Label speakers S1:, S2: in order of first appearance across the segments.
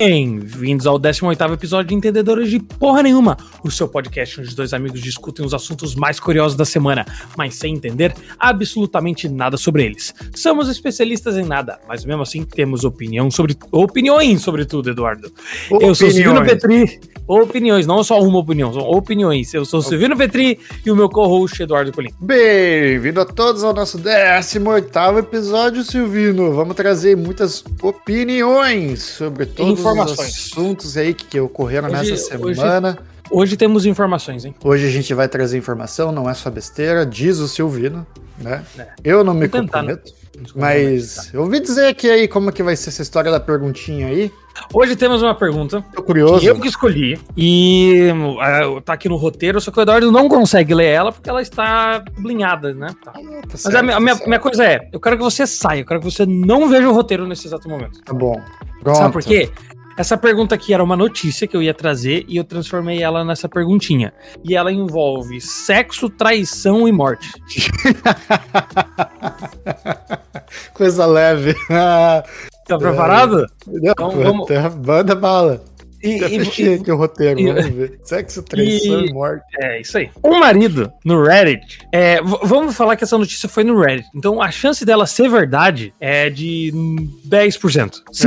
S1: Bem-vindos ao 18º episódio de Entendedores de Porra Nenhuma, o seu podcast onde dois amigos discutem os assuntos mais curiosos da semana, mas sem entender absolutamente nada sobre eles. Somos especialistas em nada, mas mesmo assim temos opinião sobre... opiniões sobre tudo, Eduardo. Eu sou Silvino
S2: Opiniões.
S1: Petri, opiniões, não só uma opinião, são opiniões. Eu sou Silvino Petri e o meu co-host Eduardo Colim.
S2: Bem-vindo a todos ao nosso 18º episódio, Silvino. Vamos trazer muitas opiniões sobre todos os
S1: Informações.
S2: assuntos aí que, que ocorreram
S1: Hoje-
S2: nessa
S1: hoje-
S2: semana.
S1: Hoje temos informações, hein?
S2: Hoje... a gente vai trazer informação, não é só besteira, diz o Silvino, né?
S1: É.
S2: Eu não me
S1: Vou tentar,
S2: comprometo, mas eu ouvi dizer aqui aí como que vai ser essa história da perguntinha aí.
S1: Hoje temos uma pergunta
S2: Tô curioso.
S1: que eu que escolhi. E ah, tá aqui no roteiro, só que o Eduardo não consegue ler ela porque ela está blinhada, né? Tá.
S2: Ah, tá
S1: Mas
S2: certo,
S1: a, minha, a minha-
S2: tá
S1: minha coisa é, eu quero que você saia, eu quero que você não veja o roteiro nesse exato momento.
S2: certo. Tá bom. Pronto.
S1: Sabe por quê? Essa pergunta aqui era uma notícia que eu ia trazer e eu transformei ela nessa perguntinha. E ela envolve sexo, traição e morte.
S2: Coisa leve.
S1: Tá preparado?
S2: Então,
S1: vamos-
S2: Banda bala.
S1: E-
S2: Até
S1: e-
S2: fechei aqui o roteiro,
S1: e-
S2: vamos ver. Sexo, traição
S1: e-
S2: e morte.
S1: É, isso aí. Um marido no Reddit. é, v- vamos falar que essa notícia foi no Reddit. Então a chance dela ser verdade é de hum, 10%. 5%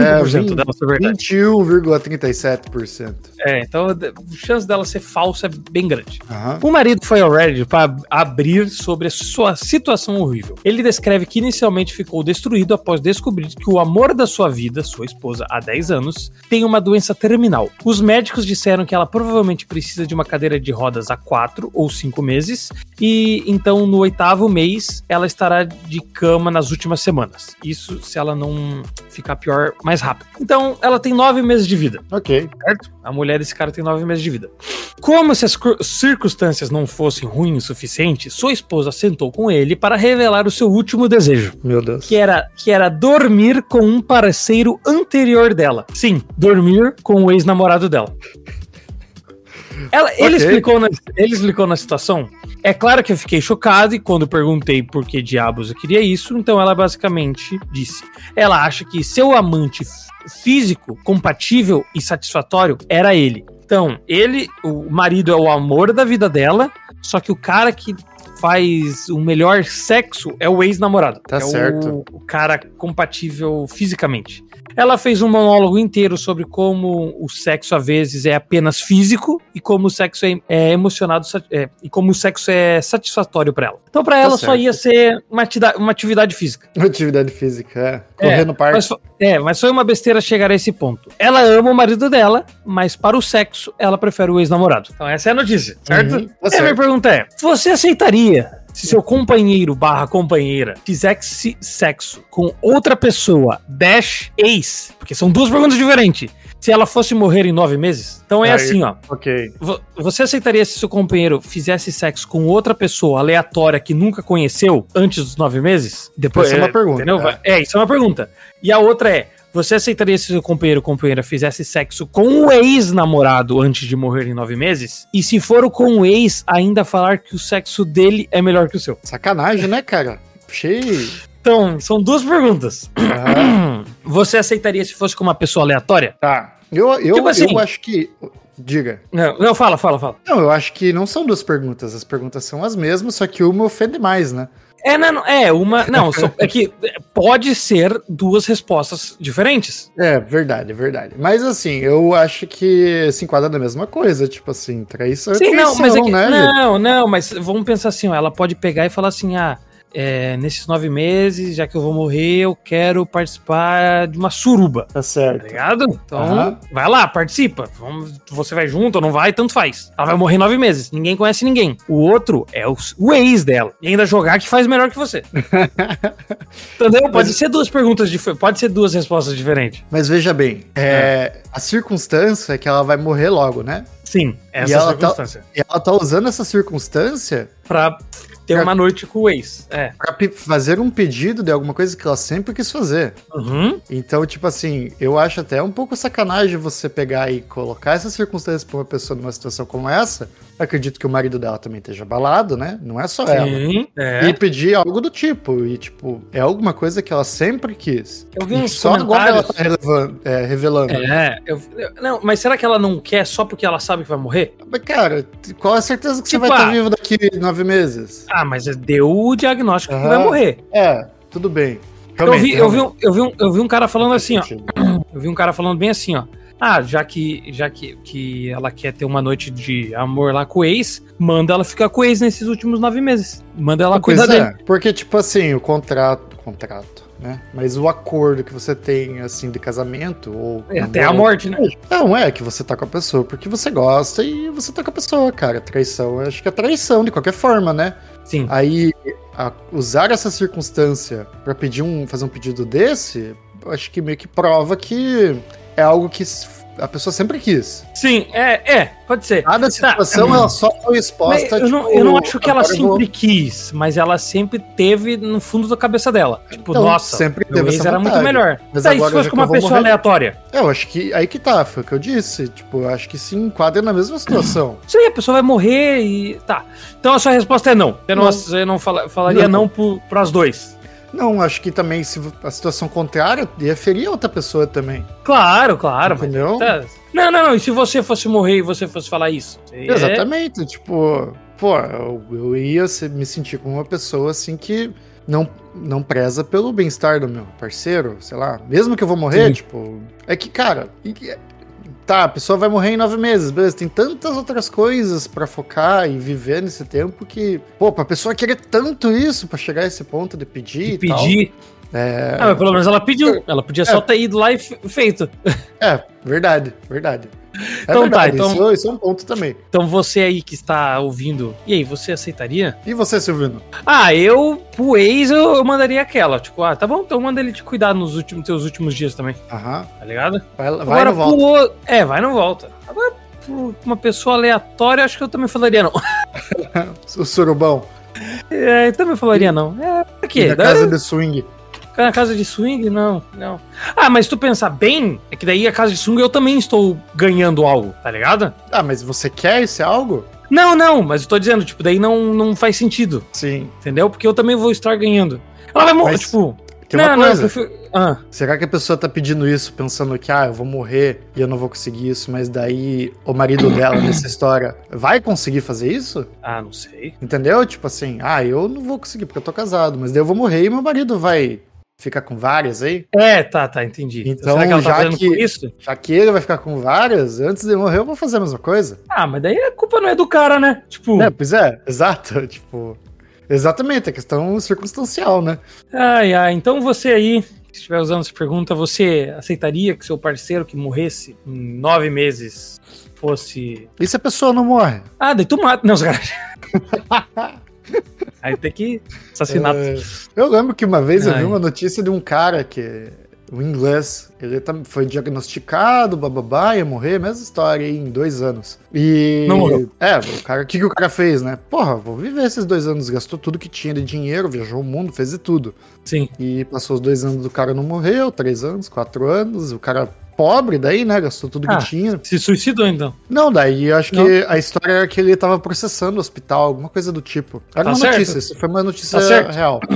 S2: É,
S1: dela ser verdade.
S2: 21,37%.
S1: É, então a de- chance dela ser falsa é bem grande.
S2: Aham.
S1: O marido foi ao Reddit para abrir sobre a sua situação horrível. Ele descreve que inicialmente ficou destruído após descobrir que o amor da sua vida, sua esposa há 10 anos, tem uma doença terminal. Os médicos disseram que ela provavelmente precisa de uma cadeira de rodas há 4 ou 5 meses e então no oitavo mês ela estará de cama nas últimas semanas. Isso se ela não ficar pior mais rápido. Então ela tem 9 meses de vida
S2: Ok.
S1: certo? A mulher desse cara tem nove meses de vida. Como se as cru- circunstâncias não fossem ruins o suficiente, sua esposa sentou com ele para revelar o seu último desejo,
S2: Meu Deus.
S1: que era, que era dormir com um parceiro anterior dela. Sim, dormir com o ex-namorado dela. Ela- ele,
S2: Ok.
S1: explicou na, ele explicou na situação. É claro que eu fiquei chocado e quando perguntei por que diabos eu queria isso, então ela basicamente disse: ela acha que seu amante f- físico, compatível e satisfatório era ele. Então, ele, o marido é o amor da vida dela, só que o cara que faz o melhor sexo é o ex-namorado.
S2: Tá
S1: é o-
S2: certo.
S1: O, cara compatível fisicamente. Ela fez um monólogo inteiro sobre como o sexo às vezes é apenas físico e como o sexo é, é emocionado sat- é, e como o sexo é satisfatório pra ela. Então, pra ela só
S2: Tá certo.
S1: ia ser uma atida- uma atividade física.
S2: Atividade física, é. Correr no parque.
S1: Mas, fo- é, mas foi uma besteira chegar a esse ponto. Ela ama o marido dela, mas para o sexo, ela prefere o ex-namorado. Então essa é a notícia, certo?
S2: Uhum, tá
S1: e a minha
S2: certo.
S1: pergunta é, você aceitaria se seu companheiro barra companheira fizesse sexo com outra pessoa, dash, ex? Porque são duas perguntas diferentes. Se ela fosse morrer em nove meses? Então é
S2: Aí.
S1: assim, ó.
S2: Ok.
S1: Vo- Você aceitaria se seu companheiro fizesse sexo com outra pessoa aleatória que nunca conheceu antes dos nove meses? Depois
S2: Essa é uma pergunta,
S1: entendeu?
S2: é.
S1: É. isso é uma pergunta. E a outra é: você aceitaria se seu companheiro ou companheira fizesse sexo com o ex-namorado antes de morrer em nove meses? E se for o com o ex, ainda falar que o sexo dele é melhor que o seu?
S2: Sacanagem, né, cara? Cheio.
S1: Então, são duas perguntas.
S2: Aham.
S1: Você aceitaria se fosse com uma pessoa aleatória?
S2: Tá. Eu, eu,
S1: Tipo assim-
S2: eu acho que. Diga.
S1: Não, não fala, fala, fala.
S2: Não, eu acho que não são duas perguntas. As perguntas são as mesmas, só que uma ofende mais, né?
S1: É, não, não, é uma. Não, só- é que é, pode ser duas respostas diferentes.
S2: É, verdade, verdade. Mas assim, eu acho que se enquadra na mesma coisa, tipo assim, traição é
S1: Sim, não, mas é
S2: traição,
S1: que,
S2: né, gente?
S1: não, não, mas vamos pensar assim, ó, ela pode pegar e falar assim, ah, é, nesses nove meses, já que eu vou morrer, eu quero participar de uma suruba,
S2: Tá
S1: tá
S2: certo.
S1: ligado? Então,
S2: Aham.
S1: vai lá, participa. Vamos- você vai junto ou não vai, tanto faz. Ela vai morrer em nove meses, ninguém conhece ninguém. O outro é o, o ex dela. E ainda jogar que faz melhor que você. Entendeu? Pode
S2: Mas-
S1: ser duas perguntas diferentes, pode ser duas respostas diferentes.
S2: Mas veja bem, é, a circunstância é que ela vai morrer logo, né?
S1: Sim, essa
S2: E
S1: é a
S2: ela tá-
S1: circunstância.
S2: E ela tá usando essa circunstância
S1: Pra ter uma noite com o ex. É.
S2: Pra pe- fazer um pedido de alguma coisa que ela sempre quis fazer.
S1: Uhum.
S2: Então, tipo assim, eu acho até um pouco sacanagem você pegar e colocar essas circunstâncias pra uma pessoa numa situação como essa. Acredito que o marido dela também esteja abalado, né? Não é só ela.
S1: Sim. É.
S2: E pedir algo do tipo. E, tipo, é alguma coisa que ela sempre quis.
S1: Eu vi
S2: E
S1: uns
S2: só agora ela
S1: comentários.
S2: tá relevan- é, revelando.
S1: É, eu- eu- não, mas será que ela não quer só porque ela sabe que vai morrer?
S2: Mas, cara, t- qual a certeza que
S1: Tipo,
S2: você vai estar
S1: ah,
S2: vivo daqui nove meses?
S1: Ah, mas deu o diagnóstico que
S2: Aham.
S1: vai morrer.
S2: É, tudo bem.
S1: Eu vi,
S2: Realmente,
S1: eu, vi
S2: realmente.
S1: um, eu, vi um, eu vi um cara falando assim, ó.
S2: Sentido.
S1: Eu vi um cara falando bem assim, ó. Ah, já que, já que, que ela quer ter uma noite de amor lá com o ex, manda ela ficar com o ex nesses últimos nove meses. Manda ela
S2: Pois
S1: cuidar dele.
S2: é, porque, tipo assim, o contrato. Contrato, né? Mas o acordo que você tem, assim, de casamento ou.
S1: É, Até a
S2: namoro-
S1: morte, né?
S2: Não, é que você tá com a pessoa porque você gosta e você tá com a pessoa, cara. Traição, eu acho que é traição de qualquer forma, né?
S1: Sim.
S2: Aí, a- usar essa circunstância pra pedir um, fazer um pedido desse, eu acho que meio que prova que é algo que s- a pessoa sempre quis.
S1: Sim, é, é, pode ser.
S2: Cada situação ela só foi exposta.
S1: Mas eu, não,
S2: tipo,
S1: eu não acho que ela
S2: agora eu
S1: sempre
S2: vou-
S1: quis, mas ela sempre teve no fundo da cabeça dela. Tipo,
S2: Então,
S1: nossa,
S2: sempre
S1: meu
S2: teve
S1: ex
S2: essa
S1: era muito
S2: vontade.
S1: melhor.
S2: Mas
S1: Tá, e se
S2: agora,
S1: fosse
S2: já
S1: com
S2: que
S1: uma
S2: eu vou
S1: pessoa
S2: morrer-
S1: aleatória?
S2: Eu acho que aí que tá, foi o que eu disse. Tipo, eu acho que se enquadra na mesma situação.
S1: Sim, a pessoa vai morrer e. Tá. Então a sua resposta é não. Você não,
S2: Não.
S1: você não fala- falaria não,
S2: Não.
S1: pro, pras dois.
S2: Não, acho que também se a situação contrária ia ferir outra pessoa também.
S1: Claro, claro. mas
S2: entendeu?
S1: tá- Não, não, não. E se você fosse morrer e você fosse falar isso? É-
S2: Exatamente. Tipo, pô, eu, eu ia se- me sentir como uma pessoa assim que não, não preza pelo bem-estar do meu parceiro, sei lá. Mesmo que eu vou morrer,
S1: Sim.
S2: tipo. É que, cara. e- Tá, a pessoa vai morrer em nove meses, beleza? Tem tantas outras coisas pra focar e viver nesse tempo que, pô, pra pessoa querer tanto isso pra chegar a esse ponto de pedir
S1: de
S2: e tal.
S1: pedir.
S2: É,
S1: Ah, mas pelo menos ela pediu. Ela podia só
S2: É.
S1: ter ido lá e fe- feito.
S2: é, verdade, verdade. É
S1: Então tá,
S2: verdade,
S1: então-
S2: isso, isso é um ponto também.
S1: Então você aí que está ouvindo, e aí, você aceitaria?
S2: E você, Silvino?
S1: Ah, eu, pro ex, eu eu mandaria aquela. Tipo, ah, tá bom, então manda ele te cuidar nos últimos, teus últimos dias também,
S2: Aham.
S1: tá ligado?
S2: Vai, vai
S1: Agora,
S2: no volta.
S1: pro outro- É, vai não volta. Agora, pro uma pessoa aleatória, acho que eu também falaria não.
S2: O surubão.
S1: É, eu também falaria não. É, pra quê?
S2: Na
S1: Daí-
S2: casa de swing.
S1: Ficar na casa de swing? Não, não. Ah, mas se tu pensar bem, é que daí a casa de swing eu também estou ganhando algo, tá ligado?
S2: Ah, mas você quer esse algo?
S1: Não, não, mas eu tô dizendo, tipo, daí não, não faz sentido,
S2: Sim.
S1: entendeu? Porque eu também vou estar ganhando. Ela vai morrer,
S2: Mas
S1: tipo.
S2: Tem uma coisa.
S1: eu prefiro- Ah,
S2: Será que a pessoa tá pedindo isso pensando que, ah, eu vou morrer e eu não vou conseguir isso, mas daí o marido dela nessa história vai conseguir fazer isso?
S1: ah, não sei.
S2: Entendeu? Tipo assim, ah, eu não vou conseguir porque eu tô casado, mas daí eu vou morrer e meu marido vai ficar com várias aí?
S1: É, tá, tá, entendi.
S2: Então,
S1: será que ela tá
S2: já
S1: fazendo
S2: que-
S1: por isso?
S2: Já que ele vai ficar com várias, antes de eu morrer eu vou fazer a mesma coisa.
S1: Ah, mas daí a culpa não é do cara, né? Tipo,
S2: É, pois é, exato. Tipo, exatamente, é questão circunstancial, né?
S1: ai, ai. Então você aí, que estiver usando essa pergunta, você aceitaria que seu parceiro que morresse em nove meses fosse
S2: E se a pessoa não morre?
S1: Ah, daí tu mata. Não, sacanagem. Aí tem que assassinar.
S2: É, eu lembro que uma vez eu
S1: Ai.
S2: vi uma notícia de um cara que. O inglês, ele tam- foi diagnosticado, bababá, ia morrer, mesma história aí, em dois anos. E.
S1: Não morreu.
S2: É, o cara, o que, que o cara fez, né? Porra, vou viver esses dois anos. Gastou tudo que tinha de dinheiro, viajou o mundo, fez de tudo.
S1: Sim.
S2: E passou os dois anos do cara não morreu, três anos, quatro anos. O cara pobre daí, né? Gastou tudo
S1: Ah.
S2: que tinha.
S1: Se suicidou então.
S2: Não, daí eu acho
S1: Não.
S2: que a história era que ele tava processando o hospital, alguma coisa do tipo. Era
S1: Tá
S2: uma
S1: certo.
S2: notícia, isso foi uma notícia
S1: Tá certo.
S2: real.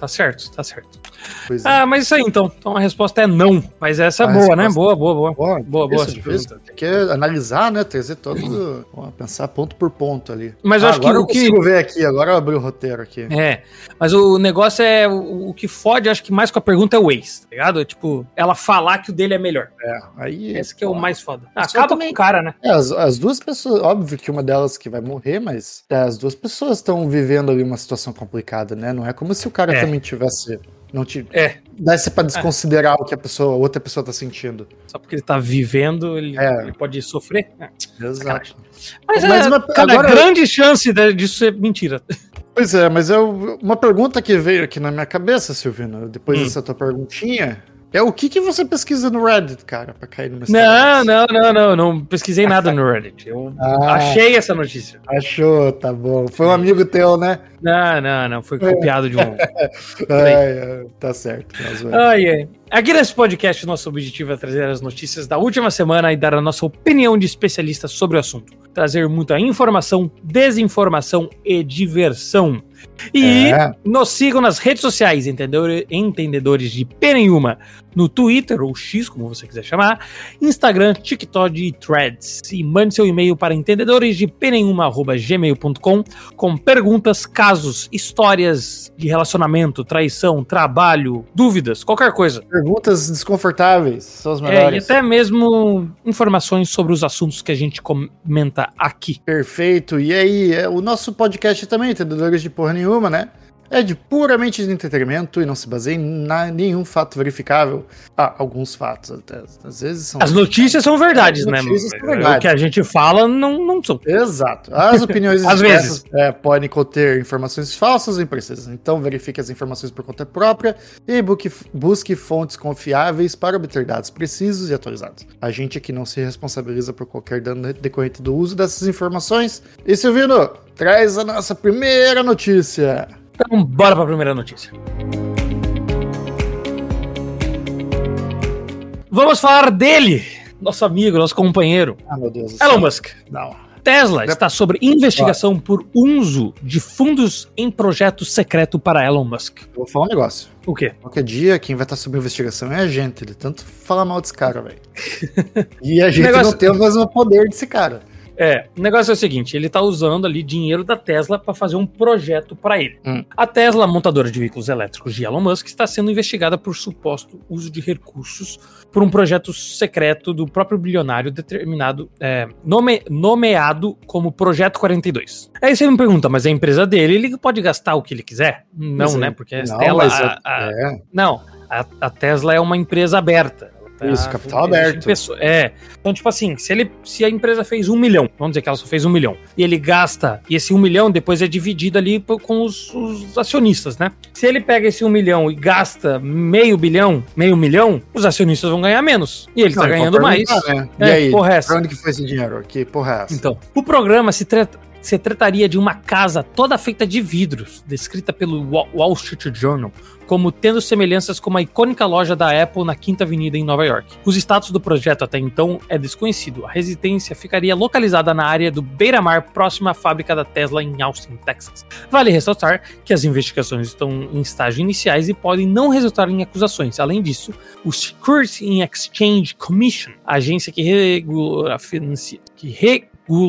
S1: Tá certo, tá certo.
S2: Pois é.
S1: Ah, mas isso aí então. Então a resposta é não. Mas essa é
S2: A
S1: boa, né?
S2: Ah, resposta-
S1: Boa, boa, boa.
S2: Boa,
S1: Boa, boa essa
S2: difícil.
S1: pergunta.
S2: Tem que analisar, né? Trazer todo. ó, pensar ponto por ponto ali.
S1: Mas eu acho que
S2: Ah, agora
S1: o
S2: eu
S1: que-
S2: consigo ver aqui, agora eu abri o roteiro aqui.
S1: É. Mas o negócio é. O, o que fode, acho que mais com a pergunta é o ex, tá ligado? Tipo, ela falar que o dele é melhor.
S2: É, aí.
S1: Esse que é o mais foda. Ah,
S2: Isso
S1: acaba
S2: também.
S1: com o cara, né?
S2: É, as, as duas pessoas, óbvio que uma delas que vai morrer, mas é, as duas pessoas estão vivendo ali uma situação complicada, né? Não é como se o cara
S1: É.
S2: também tivesse. Não te.
S1: É.
S2: Desse pra desconsiderar o que a pessoa, a outra pessoa tá sentindo.
S1: Só porque ele tá vivendo, ele,
S2: É.
S1: ele pode sofrer. É,
S2: Exato.
S1: sacanagem. Mas,
S2: Mas
S1: é,
S2: uma-
S1: cara,
S2: agora-
S1: grande chance de- disso ser mentira.
S2: Pois é, mas eu, uma pergunta que veio aqui na minha cabeça, Silvino, depois
S1: Hum.
S2: dessa tua perguntinha, É o que, que você pesquisa no Reddit, cara, pra cair numa
S1: Não, não, não, não. Não pesquisei nada no Reddit. Eu
S2: Ah.
S1: achei Hum. essa notícia.
S2: Achou, tá bom. Foi um amigo teu, né?
S1: Não, não, não. Foi
S2: É.
S1: copiado de um.
S2: Ai, ai, tá certo. mas, ué.
S1: Ai, ai. Aqui nesse podcast, nosso objetivo é trazer as notícias da última semana e dar a nossa opinião de especialista sobre o assunto. Trazer muita informação, desinformação e diversão. E
S2: É.
S1: nos sigam nas redes sociais, entendeu? entendedores de pena nenhuma, no Twitter, ou X, como você quiser chamar, Instagram, TikTok e Threads. E mande seu e-mail para entendedores de gmail.com com perguntas, casos, histórias de relacionamento, traição, trabalho, dúvidas, qualquer coisa.
S2: Perguntas desconfortáveis são as
S1: É, e
S2: melhores.
S1: até mesmo informações sobre os assuntos que a gente comenta aqui.
S2: Perfeito. E aí, é, o nosso podcast também, Entendedores de Porra Nenhuma, né? É de puramente de entretenimento e não se baseia em na- nenhum fato verificável. Ah, alguns fatos até. Às vezes são.
S1: As notícias são verdades,
S2: As
S1: né?
S2: notícias são
S1: mano? O
S2: verdades.
S1: que a gente fala não, não são.
S2: Exato. As opiniões
S1: Às
S2: expressas é, podem conter informações falsas e imprecisas. Então, verifique as informações por conta própria e buque- busque fontes confiáveis para obter dados precisos e atualizados. A gente aqui não se responsabiliza por qualquer dano decorrente do uso dessas informações. E, Silvino, traz a nossa primeira notícia.
S1: Então, bora para a primeira notícia. Vamos falar dele, nosso amigo, nosso companheiro,
S2: Ah, meu Deus do
S1: Elon Musk.
S2: Não.
S1: Tesla está sobre investigação por uso de fundos em projeto secreto para Elon Musk.
S2: Vou falar um negócio.
S1: O quê?
S2: Qualquer dia, quem vai estar sob investigação é a gente. Ele tanto fala mal desse cara, velho. E a gente
S1: negócio-
S2: não tem o mesmo poder desse cara.
S1: É, o negócio é o seguinte, ele tá usando ali dinheiro da Tesla para fazer um projeto para ele.
S2: Hum.
S1: A Tesla, montadora de veículos elétricos de Elon Musk, está sendo investigada por suposto uso de recursos por um projeto secreto do próprio bilionário determinado, é, nome- nomeado como Projeto 42. Aí você me pergunta, mas é a empresa dele, ele pode gastar o que ele quiser? Não,
S2: Mas é-
S1: né? Porque a
S2: Não,
S1: Stella,
S2: mas
S1: a- a-
S2: é,
S1: não, a, a Tesla é uma empresa aberta. Ela tá-
S2: Isso, capital
S1: existe
S2: aberto.
S1: pessoa- é. Então, tipo assim, se, ele, se a empresa fez um milhão, vamos dizer que ela só fez um milhão, e ele gasta, e esse um milhão depois é dividido ali po- com os, os acionistas, né? Se ele pega esse um milhão e gasta meio bilhão, meio milhão, os acionistas vão ganhar menos. E ele
S2: Não,
S1: tá
S2: vão
S1: ganhando mais.
S2: perguntar, Né?
S1: É,
S2: e aí,
S1: porra, é essa.
S2: pra onde que foi esse dinheiro? Que porra é essa?
S1: Então, o programa se, tra- se trataria de uma casa toda feita de vidros, descrita pelo Wa- Wall Street Journal como tendo semelhanças com a icônica loja da Apple na Quinta Avenida em Nova York. Os status do projeto até então é desconhecido. A residência ficaria localizada na área do Beira-Mar, próxima à fábrica da Tesla em Austin, Texas. Vale ressaltar que as investigações estão em estágio iniciais e podem não resultar em acusações. Além disso, o Securities and Exchange Commission, a agência que regula, financi- que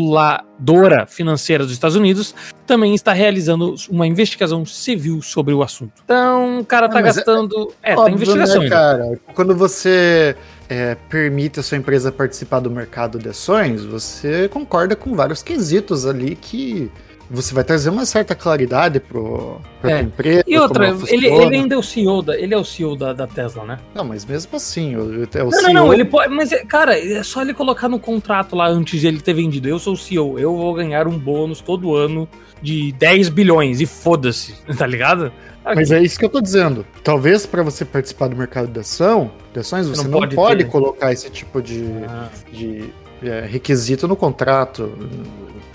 S1: reguladora financeira dos Estados Unidos, também está realizando uma investigação civil sobre o assunto. Então, o cara
S2: Ah,
S1: tá
S2: mas é-
S1: gastando. É, tá
S2: Óbvio,
S1: investigação
S2: né,
S1: ainda.
S2: cara? Quando você é, permite a sua empresa participar do mercado de ações, você concorda com vários quesitos ali que você vai trazer uma certa claridade pro, pra
S1: É.
S2: tua empresa.
S1: E outra,
S2: como ela
S1: ele,
S2: funciona.
S1: ele ainda é o CEO da, ele é o CEO da, da Tesla, né?
S2: Não, mas mesmo assim, o, é o
S1: não,
S2: CEO
S1: não, não, ele pode. Mas, é- cara, é só ele colocar no contrato lá antes de ele ter vendido. Eu sou o CEO, eu vou ganhar um bônus todo ano de 10 bilhões e foda-se, tá ligado?
S2: Mas é isso que eu tô dizendo. Talvez para você participar do mercado de ação, de ações, você não,
S1: pode
S2: pode,
S1: ter.
S2: colocar esse tipo de,
S1: Ah.
S2: de é, requisito no contrato,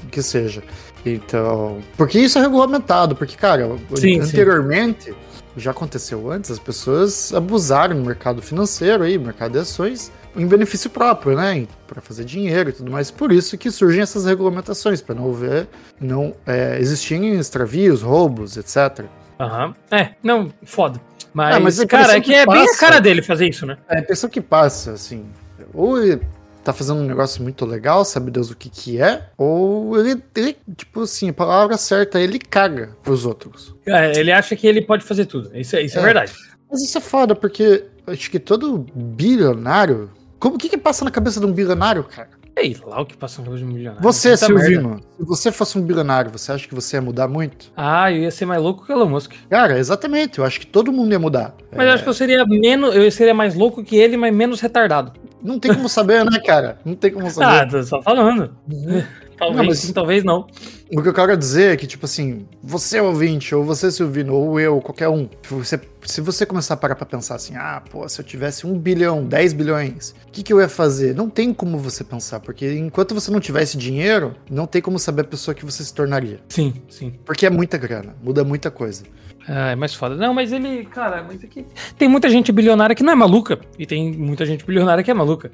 S2: o que seja. Então, porque isso é regulamentado, porque cara,
S1: Sim,
S2: anteriormente já aconteceu antes, as pessoas abusaram no mercado financeiro aí, mercado de ações, em benefício próprio, né, para fazer dinheiro e tudo mais. Por isso que surgem essas regulamentações para não ver, não é, existirem extravios, roubos, etc.
S1: Aham. É, não, foda. Mas,
S2: Ah, mas a
S1: cara, é
S2: impressão
S1: que
S2: que
S1: é bem a
S2: passa-
S1: cara dele fazer isso, né?
S2: É a impressão que passa, assim. Ou ele tá fazendo um negócio muito legal, sabe Deus o que que é, ou ele, ele, tipo assim, a palavra certa, ele caga pros outros.
S1: É, ele acha que ele pode fazer tudo. Isso, é- isso é.
S2: É.
S1: verdade.
S2: Mas isso é foda, porque acho que todo bilionário. Como o que que passa na cabeça de um bilionário, cara?
S1: Ei, lá o que passa no de um milionário.
S2: Você,
S1: Puta merda.
S2: Silvino, se você fosse um bilionário, você acha que você ia mudar muito?
S1: Ah, eu ia ser mais louco que o Elon Musk.
S2: Cara, exatamente, eu acho que todo mundo ia mudar.
S1: Mas
S2: É,
S1: eu acho que eu seria menos. Eu seria mais louco que ele, mas menos retardado.
S2: Não tem como saber, né, cara? Não tem como
S1: Ah,
S2: saber.
S1: tô só falando. Talvez
S2: Uhum. Não, mas-
S1: sim, talvez não.
S2: O que eu quero dizer é que, tipo assim, você ouvinte, ou você se ouvindo, ou eu, qualquer um, você, se você começar a parar pra pensar assim, ah, pô, se eu tivesse um bilhão, 10 bilhões, o que, que eu ia fazer? Não tem como você pensar, porque enquanto você não tivesse dinheiro, não tem como saber a pessoa que você se tornaria.
S1: Sim, sim.
S2: Porque é muita grana, muda muita coisa.
S1: Ah, é mais foda. Não, mas ele, cara, mas aqui... tem muita gente bilionária que não é maluca. E tem muita gente bilionária que é maluca.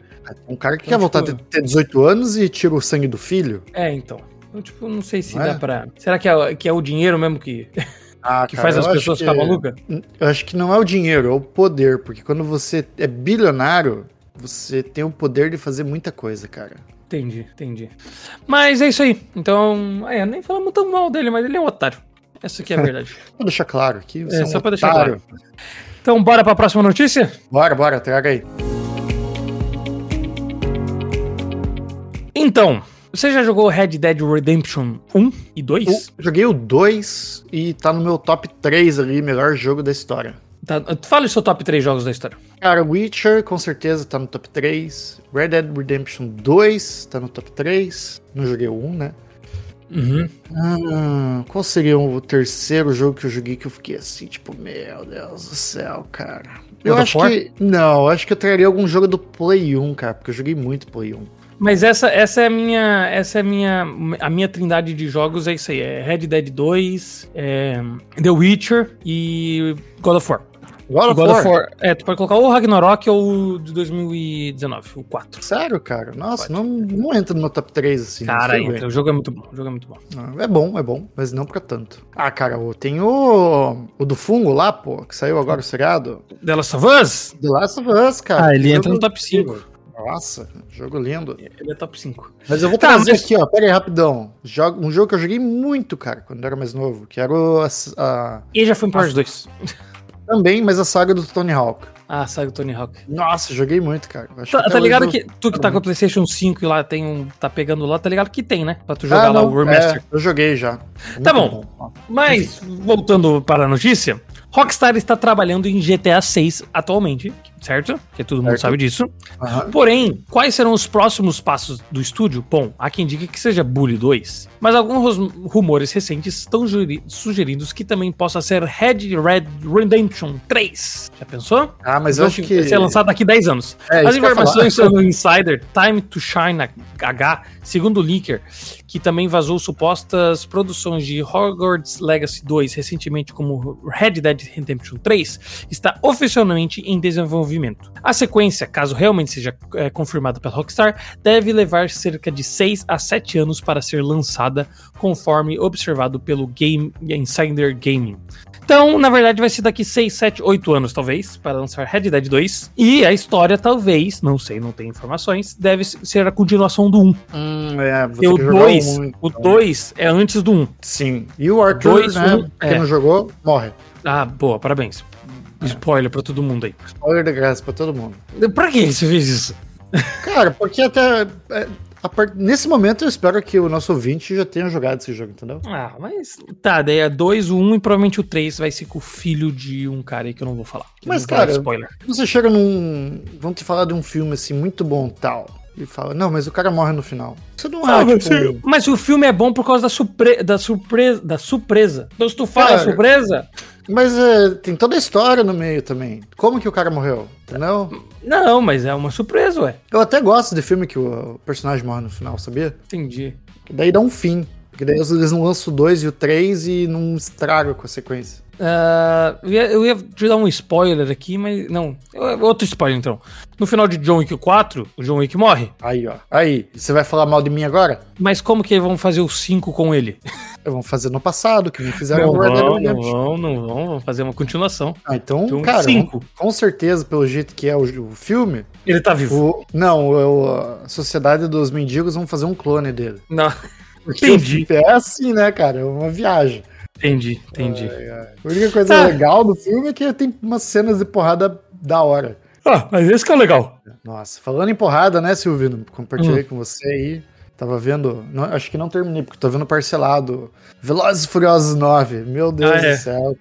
S2: Um cara que quer voltar a ter- ter 18 anos e tira o sangue do filho.
S1: É, então. Eu, tipo, não sei se
S2: Não é?
S1: dá pra. Será que é, que é o dinheiro mesmo que,
S2: Ah,
S1: que é. faz as pessoas ficar malucas?
S2: Eu acho que não é o dinheiro, é o poder. Porque quando você é bilionário, você tem o poder de fazer muita coisa, cara.
S1: Entendi, entendi. Mas é isso aí. Então, é, nem falamos tão mal dele, mas ele é um otário. Essa aqui é a verdade.
S2: Vou deixar claro aqui. Você
S1: É,
S2: é, um
S1: só pra deixar
S2: otário.
S1: então, bora pra próxima notícia?
S2: Bora, bora, traga aí.
S1: Então, você já jogou Red Dead Redemption 1 e 2?
S2: Eu joguei o 2 e tá no meu top 3 ali, melhor jogo da história.
S1: Tá, fala o seu top 3 jogos da história.
S2: Cara, Witcher com certeza tá no top 3. Red Dead Redemption 2 tá no top 3. Não joguei o 1, né?
S1: Uhum.
S2: Ah, qual seria o terceiro jogo que eu joguei que eu fiquei assim, tipo, meu Deus do céu, cara. Eu
S1: God of
S2: acho
S1: War?
S2: que. Não, eu acho que eu traria algum jogo do Play 1, cara, porque eu joguei muito Play 1.
S1: Mas essa, essa é a minha. Essa é a minha. A minha trindade de jogos é isso aí. É Red Dead 2, é The Witcher e God of War.
S2: God
S1: God of War. É, tu pode colocar ou Ragnarok ou o de 2019, o 4.
S2: Sério, cara? Nossa, não, não entra no meu top 3 assim. não
S1: Cara,
S2: sei bem.
S1: entra, o jogo é muito bom. O jogo é muito bom.
S2: Não, É bom, é bom, mas não pra tanto. Ah, cara, o- tem o. O do fungo lá, pô, que saiu agora o seriado.
S1: The Last of Us?
S2: The Last of Us, cara.
S1: Ah, ele
S2: Jogo
S1: entra no top 5.
S2: Nossa, jogo lindo.
S1: Ele é top 5.
S2: Mas eu vou
S1: Tá,
S2: trazer
S1: mas-
S2: aqui, ó, pera aí, rapidão. Jogo- um jogo que eu joguei muito, cara, quando eu era mais novo, que era o, a, a-
S1: E já foi em parte 2.
S2: também, mas a saga do Tony Hawk.
S1: Ah, saga do Tony Hawk.
S2: Nossa, joguei muito, cara. Acho
S1: Tá,
S2: é até
S1: tá
S2: hoje
S1: ligado
S2: eu-
S1: que tu que tá com o PlayStation 5 e lá tem um. tá pegando lá, tá ligado que tem, né? Pra tu
S2: Ah,
S1: jogar lá
S2: não,
S1: o Remaster.
S2: é, eu joguei já.
S1: Tá
S2: Muito
S1: bom. Mas, voltando para a notícia, Rockstar está trabalhando em GTA 6 atualmente, certo? Que todo mundo
S2: Certo.
S1: sabe disso.
S2: Aham.
S1: Porém, quais serão os próximos passos do estúdio? Bom, há quem diga que seja Bully 2, mas alguns ros- rumores recentes estão juri- sugerindo que também possa ser Red Red Redemption 3. Já pensou?
S2: Ah, mas eu
S1: Então,
S2: acho que.
S1: Vai ser lançado daqui 10 anos.
S2: É, isso
S1: As
S2: que eu ia falar.
S1: informações são do Insider, Time to Shine H, segundo o Leaker, que também vazou supostas produções de Hogwarts Legacy 2, recentemente como Red Dead Redemption 3, está oficialmente em desenvolvimento. A sequência, caso realmente seja é, confirmada pela Rockstar, deve levar cerca de 6 a 7 anos para ser lançada, conforme observado pelo Game Insider Gaming. Então, na verdade, vai ser daqui 6, 7, 8 anos, talvez, para lançar Red Dead 2. E a história, talvez, não sei, não tem informações, deve ser a continuação do 1.
S2: Hum, é, vou
S1: Porque
S2: ter
S1: o
S2: que jogar
S1: 2,
S2: um,
S1: o
S2: então.
S1: 2 é antes do 1.
S2: Sim. E o Arthur,
S1: Dois,
S2: né?
S1: um,
S2: Quem
S1: é.
S2: não jogou, morre.
S1: Ah, boa, parabéns. Spoiler pra todo mundo aí.
S2: Spoiler de graça pra todo mundo.
S1: Pra que você fez isso?
S2: Cara, porque até. é, a part- Nesse momento eu espero que o nosso ouvinte já tenha jogado esse jogo, entendeu?
S1: Ah, mas. Tá, daí é 2, o 1 e provavelmente o 3 vai ser com o filho de um cara aí que eu não vou falar. que eu
S2: Mas,
S1: não vou dar
S2: cara,
S1: Spoiler.
S2: Você chega num. Vamos te falar de um filme assim, muito bom tal. E fala, não, mas o cara morre no final. Você não é, tipo,
S1: Ah, Mas o filme é bom por causa da, surpre... da surpresa. Da surpresa. Então, se tu fala
S2: Cara,
S1: surpresa.
S2: Mas é, tem toda a história no meio também. Como que o cara morreu? Entendeu?
S1: Não, mas é uma surpresa, ué.
S2: Eu até gosto de filme que o personagem morre no final, sabia?
S1: Entendi.
S2: Que daí dá um fim. Porque daí eles não lançam o 2 e o 3 e não estraga com a sequência.
S1: Ah, eu, ia, eu ia te dar um spoiler aqui, mas não. Eu- Outro spoiler, então. No final de John Wick 4, o John Wick morre.
S2: Aí, ó. Aí, você vai falar mal de mim agora?
S1: Mas como que vão fazer o 5 com ele?
S2: Eu vou fazer no passado, que me fizeram
S1: não,
S2: no Red Dead
S1: vão, não
S2: Redemption.
S1: vão, não vão. Vão fazer uma continuação.
S2: Ah, então,
S1: Então,
S2: cara,
S1: cinco.
S2: com- com certeza, pelo jeito que é o, o filme,
S1: Ele tá vivo.
S2: o, não, o- a Sociedade dos Mendigos vão fazer um clone dele.
S1: Não,
S2: Porque
S1: Entendi.
S2: É assim, né, cara? É uma viagem.
S1: entendi, entendi.
S2: A única coisa
S1: Ah.
S2: legal do filme é que tem umas cenas de porrada da hora.
S1: Ah, mas esse que é o legal.
S2: Nossa, falando em porrada, né, Silvino?
S1: Hum.
S2: Compartilhei com você aí. Tava vendo. não, acho que não terminei, porque tô vendo parcelado. Velozes e Furiosos 9. Meu Deus
S1: Ah, é.
S2: do céu.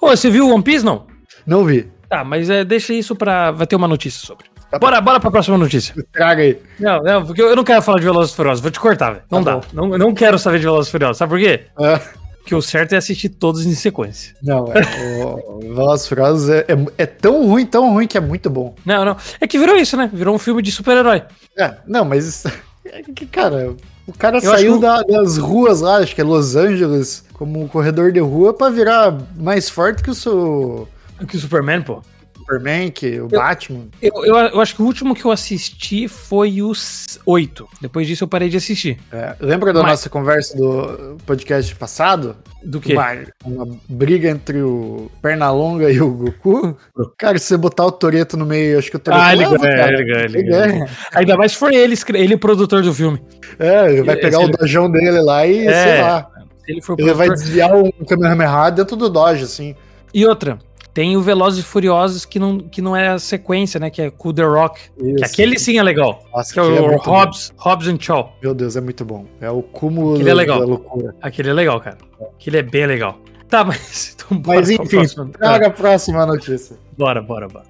S1: Ô, você viu o One Piece, não?
S2: Não vi.
S1: Tá, mas é, deixa isso pra... Vai ter uma notícia sobre. Bora, bora pra próxima notícia.
S2: Traga aí.
S1: Não, não, porque eu não quero falar de Velozes e Furiosos. Vou te cortar, velho. Não
S2: Tá
S1: dá.
S2: bom.
S1: Não, eu não quero saber de Velozes e Furiosos. Sabe por quê?
S2: Ah,
S1: Porque o certo é assistir todos em sequência.
S2: não, é, o o Velozes e Furiosos é, é- é tão ruim, tão ruim que é muito bom.
S1: Não, não. É que virou isso, né? Virou um filme de super-herói.
S2: É, não, mas isso- é que, cara, o cara
S1: Eu
S2: saiu
S1: acho-
S2: da- das ruas lá, acho que é Los Angeles, como um corredor de rua pra virar mais forte que o seu
S1: É Que o Superman, pô.
S2: Superman, que o Batman.
S1: Eu, eu, eu acho que o último que eu assisti foi os oito. Depois disso eu parei de assistir.
S2: É, lembra da
S1: Mas-
S2: nossa conversa do podcast passado?
S1: Do quê?
S2: Uma, uma briga entre o Pernalonga e o Goku? Cara, se você botar o Toreto no meio, acho que o Toreto
S1: Ah, ele
S2: leva,
S1: ganha,
S2: cara.
S1: ele ganha, ele
S2: Ele
S1: ganha. Ainda mais se for ele, escre- ele é o produtor do filme.
S2: É, ele vai
S1: Esse
S2: pegar o
S1: ele-
S2: dojão dele lá e,
S1: É.
S2: sei lá,
S1: Se ele for
S2: ele vai
S1: produtor-
S2: desviar um Kamehameha dentro do doge, assim.
S1: E outra, tem o Velozes e Furiosos que não, que não é a sequência, né? Que é com o The Rock. Que
S2: Isso.
S1: aquele sim é legal.
S2: Nossa,
S1: Que é
S2: aquele é
S1: o
S2: muito bom.
S1: Hobbs, Hobbs and Shaw.
S2: Meu Deus, é muito bom. É o cúmulo
S1: Aquele é legal.
S2: da loucura.
S1: Aquele é legal, cara. Aquele é bem legal. Tá, mas... ah, Então bora É.
S2: Mas
S1: pra
S2: enfim,
S1: próxima.
S2: traga a próxima notícia.
S1: Bora, bora, bora.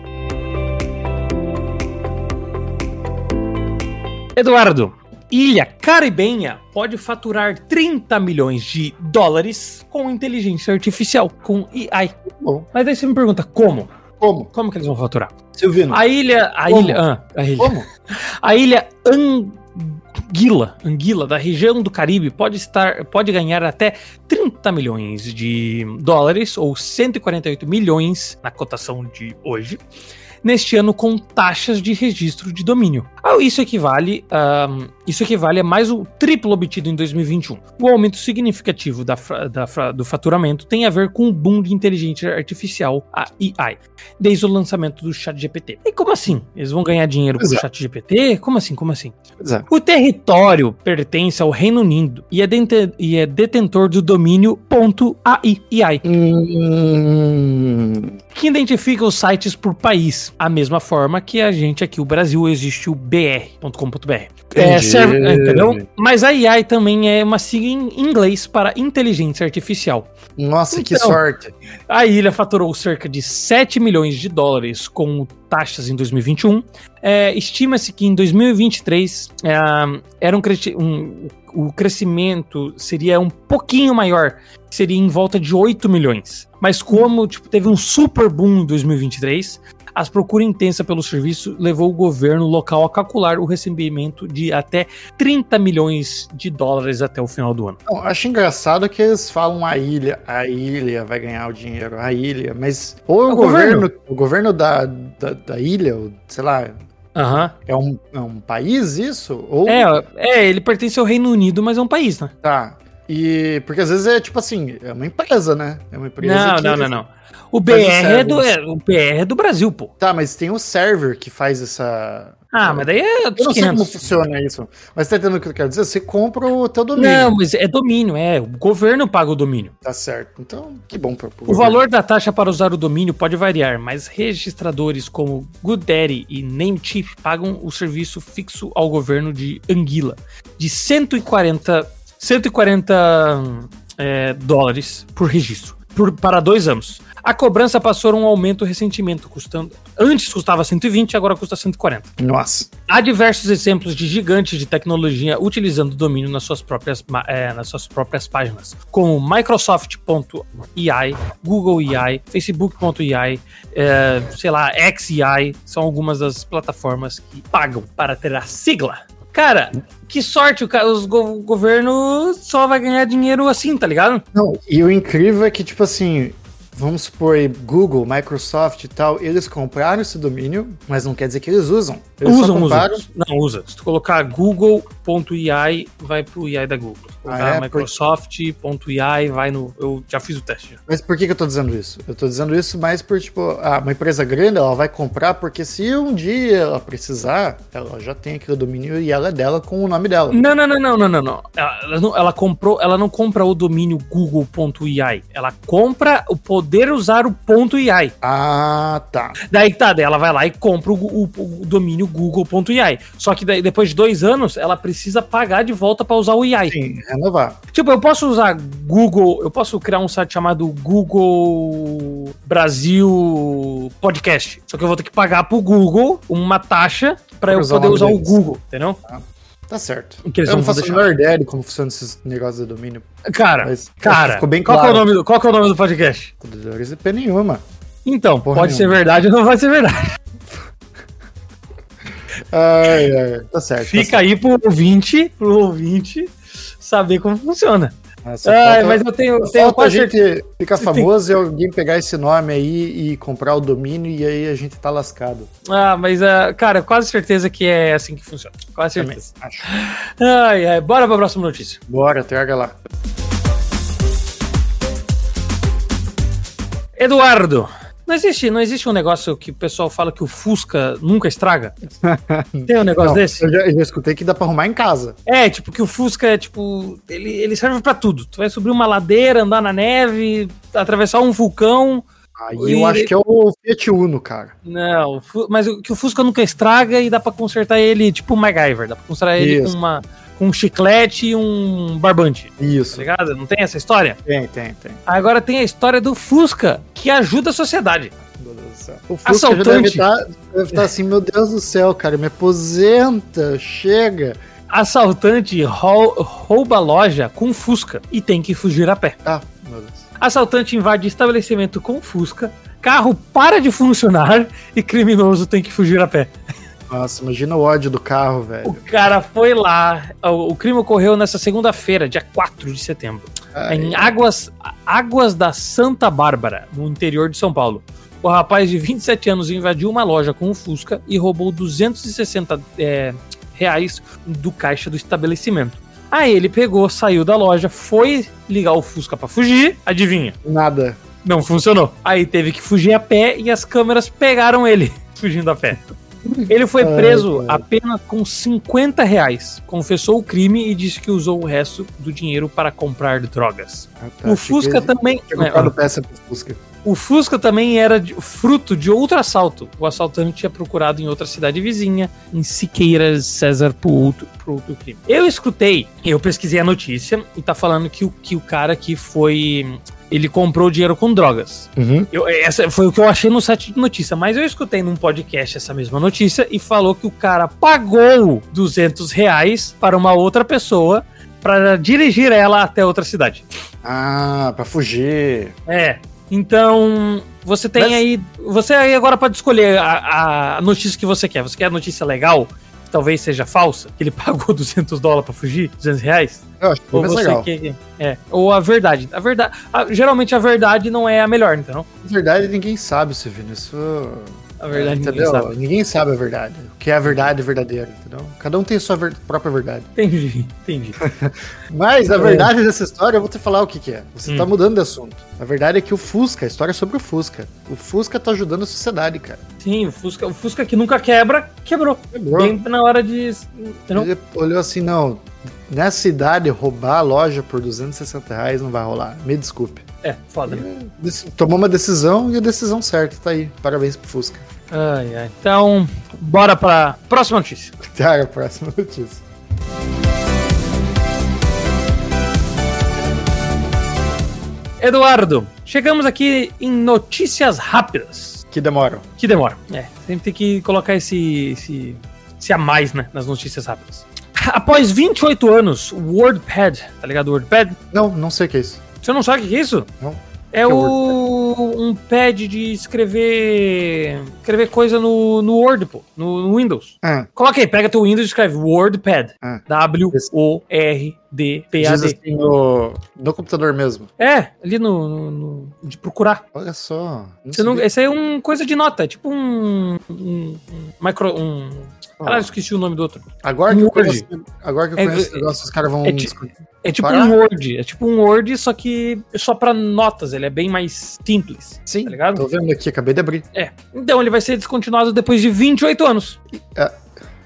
S1: Eduardo, Ilha Caribenha pode faturar 30 milhões de dólares com inteligência artificial, com AI.
S2: Bom,
S1: Mas daí você me pergunta como?
S2: como?
S1: Como que eles vão faturar?
S2: Silvino,
S1: A ilha. A
S2: Como?
S1: ilha. ah, a ilha.
S2: como?
S1: A ilha Anguila, Anguila, da região do Caribe, pode, estar, pode ganhar até 30 milhões de dólares, ou 148 milhões na cotação de hoje, neste ano com taxas de registro de domínio. Ah, Isso equivale, ahm, isso equivale a mais o triplo obtido em 2021. O aumento significativo da fra- da fra- do faturamento tem a ver com o boom de inteligência artificial, a AI desde o lançamento do ChatGPT. E como assim? Eles vão ganhar dinheiro com o
S2: Exato.
S1: ChatGPT? Como assim? Como assim?
S2: Pois é.
S1: O território pertence ao Reino Unido e é, dente- e é detentor do domínio .ai, AI,
S2: Hum,
S1: que identifica os sites por país, a mesma forma que a gente aqui, o Brasil, existe o br.com.br. É,
S2: Entendi.
S1: serve, é, entendeu? Mas a AI também é uma sigla em inglês para inteligência artificial.
S2: Nossa, que
S1: Então.
S2: sorte.
S1: A ilha faturou cerca de 7 milhões de dólares com taxas em 2021. É, Estima-se que em 2023 é, era um cresci- um- o crescimento seria um pouquinho maior, seria em volta de 8 milhões. Mas como tipo, teve um super boom em 2023, as procura intensa pelo serviço levou o governo local a calcular o recebimento de até 30 milhões de dólares até o final do ano.
S2: Não, acho engraçado que eles falam a ilha, a ilha vai ganhar o dinheiro, a ilha, mas ou
S1: É o
S2: o governo, o governo da, da, da ilha, ou, sei lá,
S1: Aham.
S2: é um, é um país isso? Ou
S1: É, ó, é, ele pertence ao Reino Unido, mas é um país, né?
S2: tá. E porque às vezes é tipo assim, é uma empresa, né? É uma empresa
S1: Não,
S2: que-
S1: não, não, não. né? O BR,
S2: Faz o
S1: é do,
S2: service.
S1: é- o BR é do Brasil, pô.
S2: Tá, mas tem o server que faz essa.
S1: Ah, mas daí é
S2: Eu
S1: dos
S2: não sei como
S1: 500.
S2: funciona isso. Mas tá entendendo o que eu quero dizer? Você compra o teu domínio.
S1: Não, mas é domínio, é. O governo paga o domínio.
S2: Tá certo. Então, que bom pra pro
S1: O valor da taxa para usar o domínio pode variar, mas registradores como GoDaddy e Namecheap pagam o serviço fixo ao governo de Anguila de 140, 140 hum, é, dólares por registro por- para dois anos. A cobrança passou um aumento recentemente, custando antes custava 120, agora custa 140.
S2: Nossa.
S1: Há diversos exemplos de gigantes de tecnologia utilizando o domínio nas suas próprias, ma- eh, nas suas próprias páginas, como Microsoft.ai, Google AI, Facebook.ai, eh, sei lá, XEI, são algumas das plataformas que pagam para ter a sigla. Cara, que sorte, o, ca- os go- o governo só vai ganhar dinheiro assim, tá ligado?
S2: Não, e o incrível é que, tipo assim, vamos supor aí, Google, Microsoft e tal, eles compraram esse domínio, mas não quer dizer que eles usam. Eles só
S1: usam, usam.
S2: compraram.
S1: Não, usa. Se tu colocar google.ai, vai pro AI da Google. Se colocar
S2: Ah, é? Por-
S1: Microsoft.ai, vai no. Eu já fiz o teste. já.
S2: Mas por que, que eu tô dizendo isso? Eu tô dizendo isso mais por, tipo, ah, uma empresa grande, ela vai comprar porque se um dia ela precisar, ela já tem aquele domínio e ela é dela com o nome dela.
S1: Não, não, não, não, não, não, não. Ela, ela não. ela comprou, ela não compra o domínio google.ai. Ela compra o poder usar o ponto .ai.
S2: Ah, tá.
S1: Daí tá, daí ela vai lá e compra o, gu- o- o domínio google.ai. Só que daí, depois de dois anos, ela precisa pagar de volta pra usar o AI.
S2: Sim, renovar.
S1: Tipo, eu posso usar Google, eu posso criar um site chamado Google Brasil Podcast. Só que eu vou ter que pagar pro Google uma taxa pra eu
S2: usar o
S1: poder
S2: nome
S1: usar o
S2: deles.
S1: Google, entendeu?
S2: Tá certo.
S1: Que eles
S2: eu
S1: não
S2: não
S1: vão
S2: faço a
S1: deixar.
S2: menor ideia de como funciona esses negócios de domínio.
S1: Cara,
S2: Mas
S1: cara,
S2: ficou bem
S1: qual, que é o
S2: claro.
S1: nome do, qual que é o nome do podcast?
S2: Podedores IP nenhuma.
S1: Então,
S2: Porra
S1: pode ser
S2: nenhuma.
S1: verdade ou não vai ser verdade.
S2: Ai, ai, tá certo.
S1: Fica aí pro ouvinte, pro ouvinte saber como funciona.
S2: Tá certo.
S1: Ah,
S2: Só
S1: mas eu
S2: falta-
S1: tenho,
S2: só
S1: tenho
S2: falta a
S1: quase certeza.
S2: gente ficar
S1: Tem-
S2: famoso e alguém pegar esse nome aí e comprar o domínio e aí a gente tá lascado.
S1: Ah, mas, ah, cara, quase certeza que é assim que funciona. Quase
S2: Também,
S1: certeza.
S2: acho.
S1: Ai, ai, bora pra próxima notícia.
S2: Bora, traga lá.
S1: Um Eduardo, não existe, não existe um negócio que o pessoal fala que o Fusca nunca estraga? Tem um negócio
S2: Não,
S1: desse?
S2: Eu já, eu já escutei que dá pra arrumar em casa.
S1: É, tipo, que o Fusca é, tipo, ele, ele serve pra tudo. Tu vai subir uma ladeira, andar na neve, atravessar um vulcão.
S2: Aí
S1: E-
S2: eu acho que é o Fiat Uno, cara.
S1: Não, o Fu- mas o- que o Fusca nunca estraga e dá pra consertar ele, tipo o MacGyver. Dá pra consertar ele com,
S2: Isso.
S1: uma, com um chiclete e um barbante, tá
S2: Isso.
S1: ligado? Não tem essa história?
S2: Tem, tem, tem.
S1: Agora tem a história do Fusca, que ajuda a sociedade.
S2: Meu Deus do céu. O Fusca já deve
S1: Assaltante.
S2: estar assim, meu Deus do céu, cara, me aposenta, chega.
S1: Assaltante rou- rouba loja com Fusca e tem que fugir a pé.
S2: Ah, meu Deus.
S1: Assaltante invade estabelecimento com Fusca, carro para de funcionar e criminoso tem que fugir a pé.
S2: Nossa, imagina o ódio do carro, velho.
S1: O cara foi lá. O, o crime ocorreu nessa segunda-feira, dia 4 de setembro.
S2: Ai,
S1: em Águas, Águas da Santa Bárbara, no interior de São Paulo. O rapaz de 27 anos invadiu uma loja com um Fusca e roubou 260 é, reais do caixa do estabelecimento. Aí ele pegou, saiu da loja, foi ligar o Fusca pra fugir, adivinha?
S2: nada.
S1: Não funcionou. Aí teve que fugir a pé e as câmeras pegaram ele fugindo a pé. Ele foi
S2: Ai,
S1: preso
S2: cara.
S1: apenas com 50 reais, confessou o crime e disse que usou o resto do dinheiro para comprar drogas.
S2: Ah, tá,
S1: O
S2: achei
S1: Fusca
S2: que-
S1: também. é,
S2: Tinha comprado peça pro Fusca.
S1: O Fusca também era de- fruto de outro assalto. O assaltante é procurado em outra cidade vizinha, em Siqueira César, por outro, por outro crime. Eu escutei, eu pesquisei a notícia e tá falando que o, que o cara aqui foi. Ele comprou dinheiro com drogas. Eu, é, essa foi o que eu achei no site de notícia, mas eu escutei num podcast essa mesma notícia e falou que o cara pagou 200 reais para uma outra pessoa para dirigir ela até outra cidade.
S2: Ah, pra fugir.
S1: É. Então, você tem
S2: Mas-
S1: aí. Você aí agora pode escolher a, a notícia que você quer. Você quer a notícia legal, que talvez seja falsa, que ele pagou 200 dólares pra fugir, 200 reais?
S2: Eu acho que
S1: Ou
S2: é
S1: você
S2: legal.
S1: quer. É. Ou a verdade. A verdade. a- geralmente a verdade não é a melhor, então.
S2: Na verdade, ninguém sabe, Sevino. Isso.
S1: A verdade ninguém
S2: É, entendeu?
S1: sabe.
S2: Ninguém sabe a verdade. O que é a verdade verdadeira, entendeu? Cada um tem a sua ver- própria verdade.
S1: Entendi, entendi.
S2: Mas a
S1: É.
S2: verdade dessa história, eu vou te falar o que, que é. Você
S1: Hum.
S2: tá mudando de assunto. A verdade é que o Fusca, a história é sobre o Fusca. O Fusca tá ajudando a sociedade, cara.
S1: Sim, o Fusca, o Fusca que nunca quebra, quebrou.
S2: Quebrou.
S1: Bem na hora de. Não?
S2: Ele olhou assim, não, nessa cidade roubar a loja por 260 reais não vai rolar. Me desculpe.
S1: É, foda. né?
S2: Dec- Tomou uma decisão e a decisão certa, tá aí. Parabéns pro Fusca.
S1: Ai, ai. Então, bora pra próxima notícia.
S2: Tá, a próxima notícia.
S1: Eduardo, chegamos aqui em notícias rápidas.
S2: Que demoram.
S1: Que demora. É, sempre tem que colocar esse, esse, esse a mais, né, nas notícias rápidas. Após 28 anos, o WordPad, tá ligado o WordPad?
S2: Não, não sei o que é isso.
S1: Você não sabe o que é isso?
S2: Não.
S1: É
S2: Que
S1: o, um pad de escrever escrever coisa no, no Word, pô, no, no Windows.
S2: Ah,
S1: Coloca aí, pega teu Windows e escreve WordPad.
S2: Ah. diz
S1: W-O-R-D-P-A-D.
S2: assim no, no computador mesmo.
S1: É, ali no- no- no de procurar.
S2: Olha só.
S1: Você não,
S2: sabia.
S1: esse aí é um coisa de nota, é tipo um, um, um micro. Um, caralho, esqueci o nome do outro.
S2: Agora que eu
S1: Word.
S2: conheço, agora que eu
S1: É, é,
S2: conheço esse negócio, os caras vão
S1: é ti-
S2: discutir.
S1: É tipo
S2: Pará?
S1: um Word, é tipo um Word, só que só pra notas, ele é bem mais simples.
S2: Sim,
S1: tá ligado?
S2: tô vendo aqui, acabei de abrir.
S1: É. Então ele vai ser descontinuado depois de 28 anos.
S2: Ah.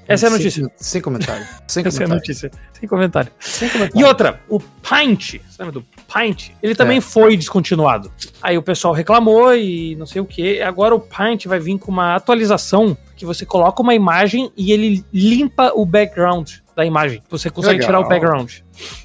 S1: Essa é a notícia.
S2: Sem, sem comentário. Sem
S1: Essa é a
S2: comentário.
S1: notícia. Sem comentário.
S2: Sem
S1: E
S2: comentário.
S1: outra, o Pint, você lembra do Pint? Ele
S2: É.
S1: também foi descontinuado. Aí o pessoal reclamou e não sei o que. Agora o Pint vai vir com uma atualização que você coloca uma imagem e ele limpa o background da imagem. Você consegue
S2: Legal.
S1: tirar o background.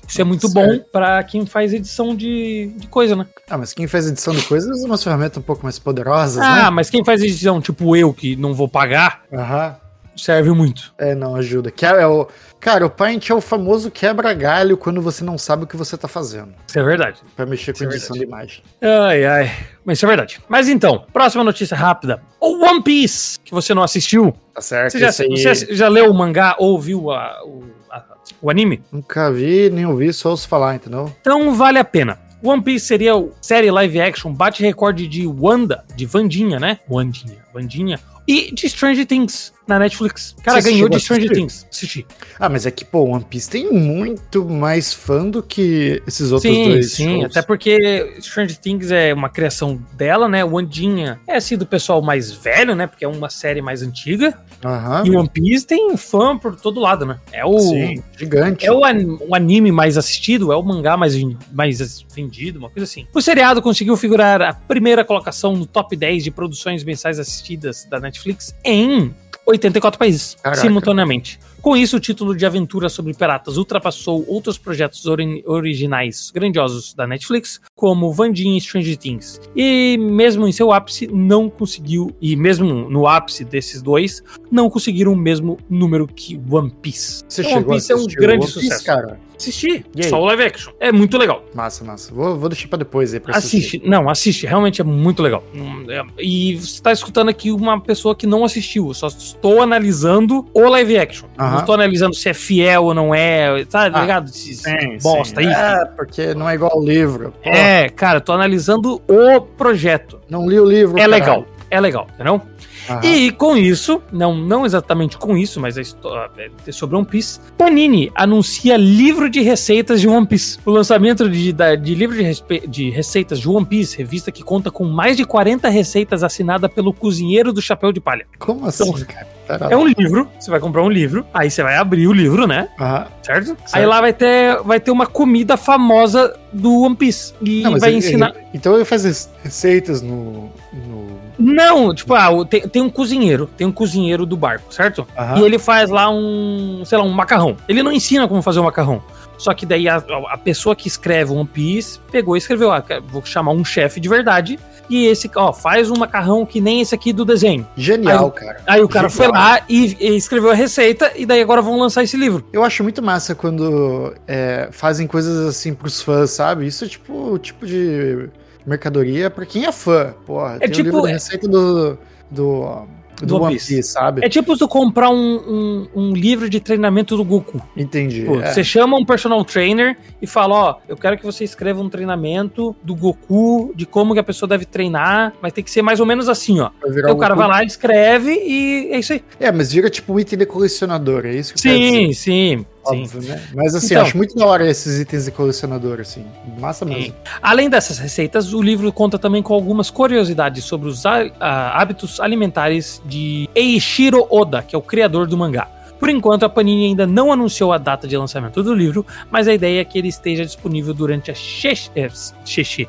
S1: Isso é muito bom
S2: Certo.
S1: pra quem faz edição de, de coisa, né?
S2: Ah, mas quem faz edição de coisas usa umas ferramentas um pouco mais poderosas,
S1: Ah, mas quem faz edição, tipo eu, que não vou pagar,
S2: né? Aham.
S1: serve muito.
S2: É, não ajuda. Que é o... Cara, o Paint é o famoso quebra-galho quando você não sabe o que você tá fazendo.
S1: Isso é verdade.
S2: Pra mexer
S1: Isso
S2: com
S1: é
S2: edição de imagem.
S1: Ai, ai. Mas isso é verdade. Mas então, próxima notícia rápida. O One Piece, que você não assistiu.
S2: Tá certo?
S1: Você já,
S2: isso aí-
S1: você já leu o mangá ou viu a- o, a- o anime?
S2: Nunca vi, nem ouvi, só ouço falar, entendeu?
S1: Então vale a pena. One Piece seria o- série live action, bate recorde de Wanda, de Vandinha, né? Wandinha, Vandinha. E de Stranger Things na Netflix. Cara,
S2: Você
S1: ganhou
S2: chegou
S1: de
S2: a
S1: Stranger
S2: assistir?
S1: Things. Assisti.
S2: Ah, mas é que, pô, One Piece tem muito mais fã do que esses outros
S1: sim,
S2: dois.
S1: sim.
S2: shows.
S1: Até porque Stranger Things é uma criação dela, né? Wandinha é assim do pessoal mais velho, né? Porque é uma série mais antiga.
S2: Aham.
S1: E One Piece tem fã por todo lado, né? É o.
S2: Ah. Sim, gigante.
S1: É o, an- o anime mais assistido, é o mangá mais, vin- mais vendido, uma coisa assim. O seriado conseguiu figurar a primeira colocação no top 10 de produções mensais assistidas da Netflix em 84 países,
S2: Caraca.
S1: simultaneamente. Com isso, o título de aventura sobre piratas ultrapassou outros projetos ori- originais grandiosos da Netflix, como Vandinha e Stranger Things. E mesmo em seu ápice, não conseguiu, e mesmo no ápice desses dois, não conseguiram o mesmo número que One Piece.
S2: Você
S1: One
S2: chegou a
S1: Piece é um
S2: assistir o
S1: grande
S2: One Piece,
S1: sucesso.
S2: cara.
S1: Assistir.
S2: E aí?
S1: Só o live action. É muito legal.
S2: Massa, massa. Vou, vou deixar pra depois aí pra assistir.
S1: Assiste. Não, assiste. Realmente é muito legal. Hum, é- E você tá escutando aqui uma pessoa que não assistiu. Eu só estou analisando o live action.
S2: Aham.
S1: Não estou analisando se é fiel ou não é. Tá
S2: Ah,
S1: ligado? Se- se-
S2: Sim,
S1: Bosta
S2: sim.
S1: aí.
S2: É, porque não é igual ao livro. Pô,
S1: É, cara, tô analisando o projeto.
S2: Não li o livro.
S1: É
S2: caralho.
S1: legal. É legal, entendeu?
S2: Aham.
S1: E com isso, não, não exatamente com isso, mas a história é sobre One Piece, Panini anuncia livro de receitas de One Piece. O lançamento de, da- de livro de, respe- de receitas de One Piece, revista que conta com mais de 40 receitas assinada pelo cozinheiro do Chapéu de Palha.
S2: Como assim, cara? Pera
S1: então, É
S2: lá.
S1: um livro, você vai comprar um livro, aí você vai abrir o livro, né?
S2: Aham.
S1: Certo? Aí
S2: Certo.
S1: lá vai ter, vai ter uma comida famosa do One Piece. E
S2: Não, mas
S1: vai
S2: ele-
S1: ensinar.
S2: ele- então ele faz as receitas no. no...
S1: Não, tipo, ah, o- tem, tem um cozinheiro, tem um cozinheiro do barco, certo?
S2: Aham.
S1: E ele faz lá um, sei lá, um macarrão. Ele não ensina como fazer um macarrão. Só que daí a, a pessoa que escreve One Piece pegou e escreveu, ah, cara, vou chamar um chefe de verdade e esse, ó, faz um macarrão que nem esse aqui do desenho.
S2: Genial, cara.
S1: Aí o cara foi
S2: Genial.
S1: lá e, e escreveu a receita e daí agora vão lançar esse livro.
S2: Eu acho muito massa quando é, fazem coisas assim pros fãs, sabe? Isso é tipo o tipo de mercadoria pra quem é fã. Porra, tem
S1: tipo-
S2: o livro de receita do. do do,
S1: Do
S2: One Piece, sabe?
S1: É tipo tu comprar um, um- um livro de treinamento do Goku.
S2: Entendi.
S1: Pô,
S2: é.
S1: Você chama um personal trainer e fala, ó, eu quero que você escreva um treinamento do Goku, de como que a pessoa deve treinar, mas tem que ser mais ou menos assim, ó.
S2: Vai virar
S1: Aí o cara
S2: Goku.
S1: vai lá, escreve e é isso aí.
S2: É, mas vira tipo um item de colecionador, é isso que eu quero dizer.
S1: Sim, sim, sim.
S2: Óbvio, né? Mas assim,
S1: Então-
S2: eu acho muito da hora esses itens de colecionador, assim. Massa mesmo.
S1: Além dessas receitas, o livro conta também com algumas curiosidades sobre os há- ah, hábitos alimentares de Eiichiro Oda, que é o criador do mangá. Por enquanto, a Panini ainda não anunciou a data de lançamento do livro, mas a ideia é que ele esteja disponível durante a Xex- é, Xexi-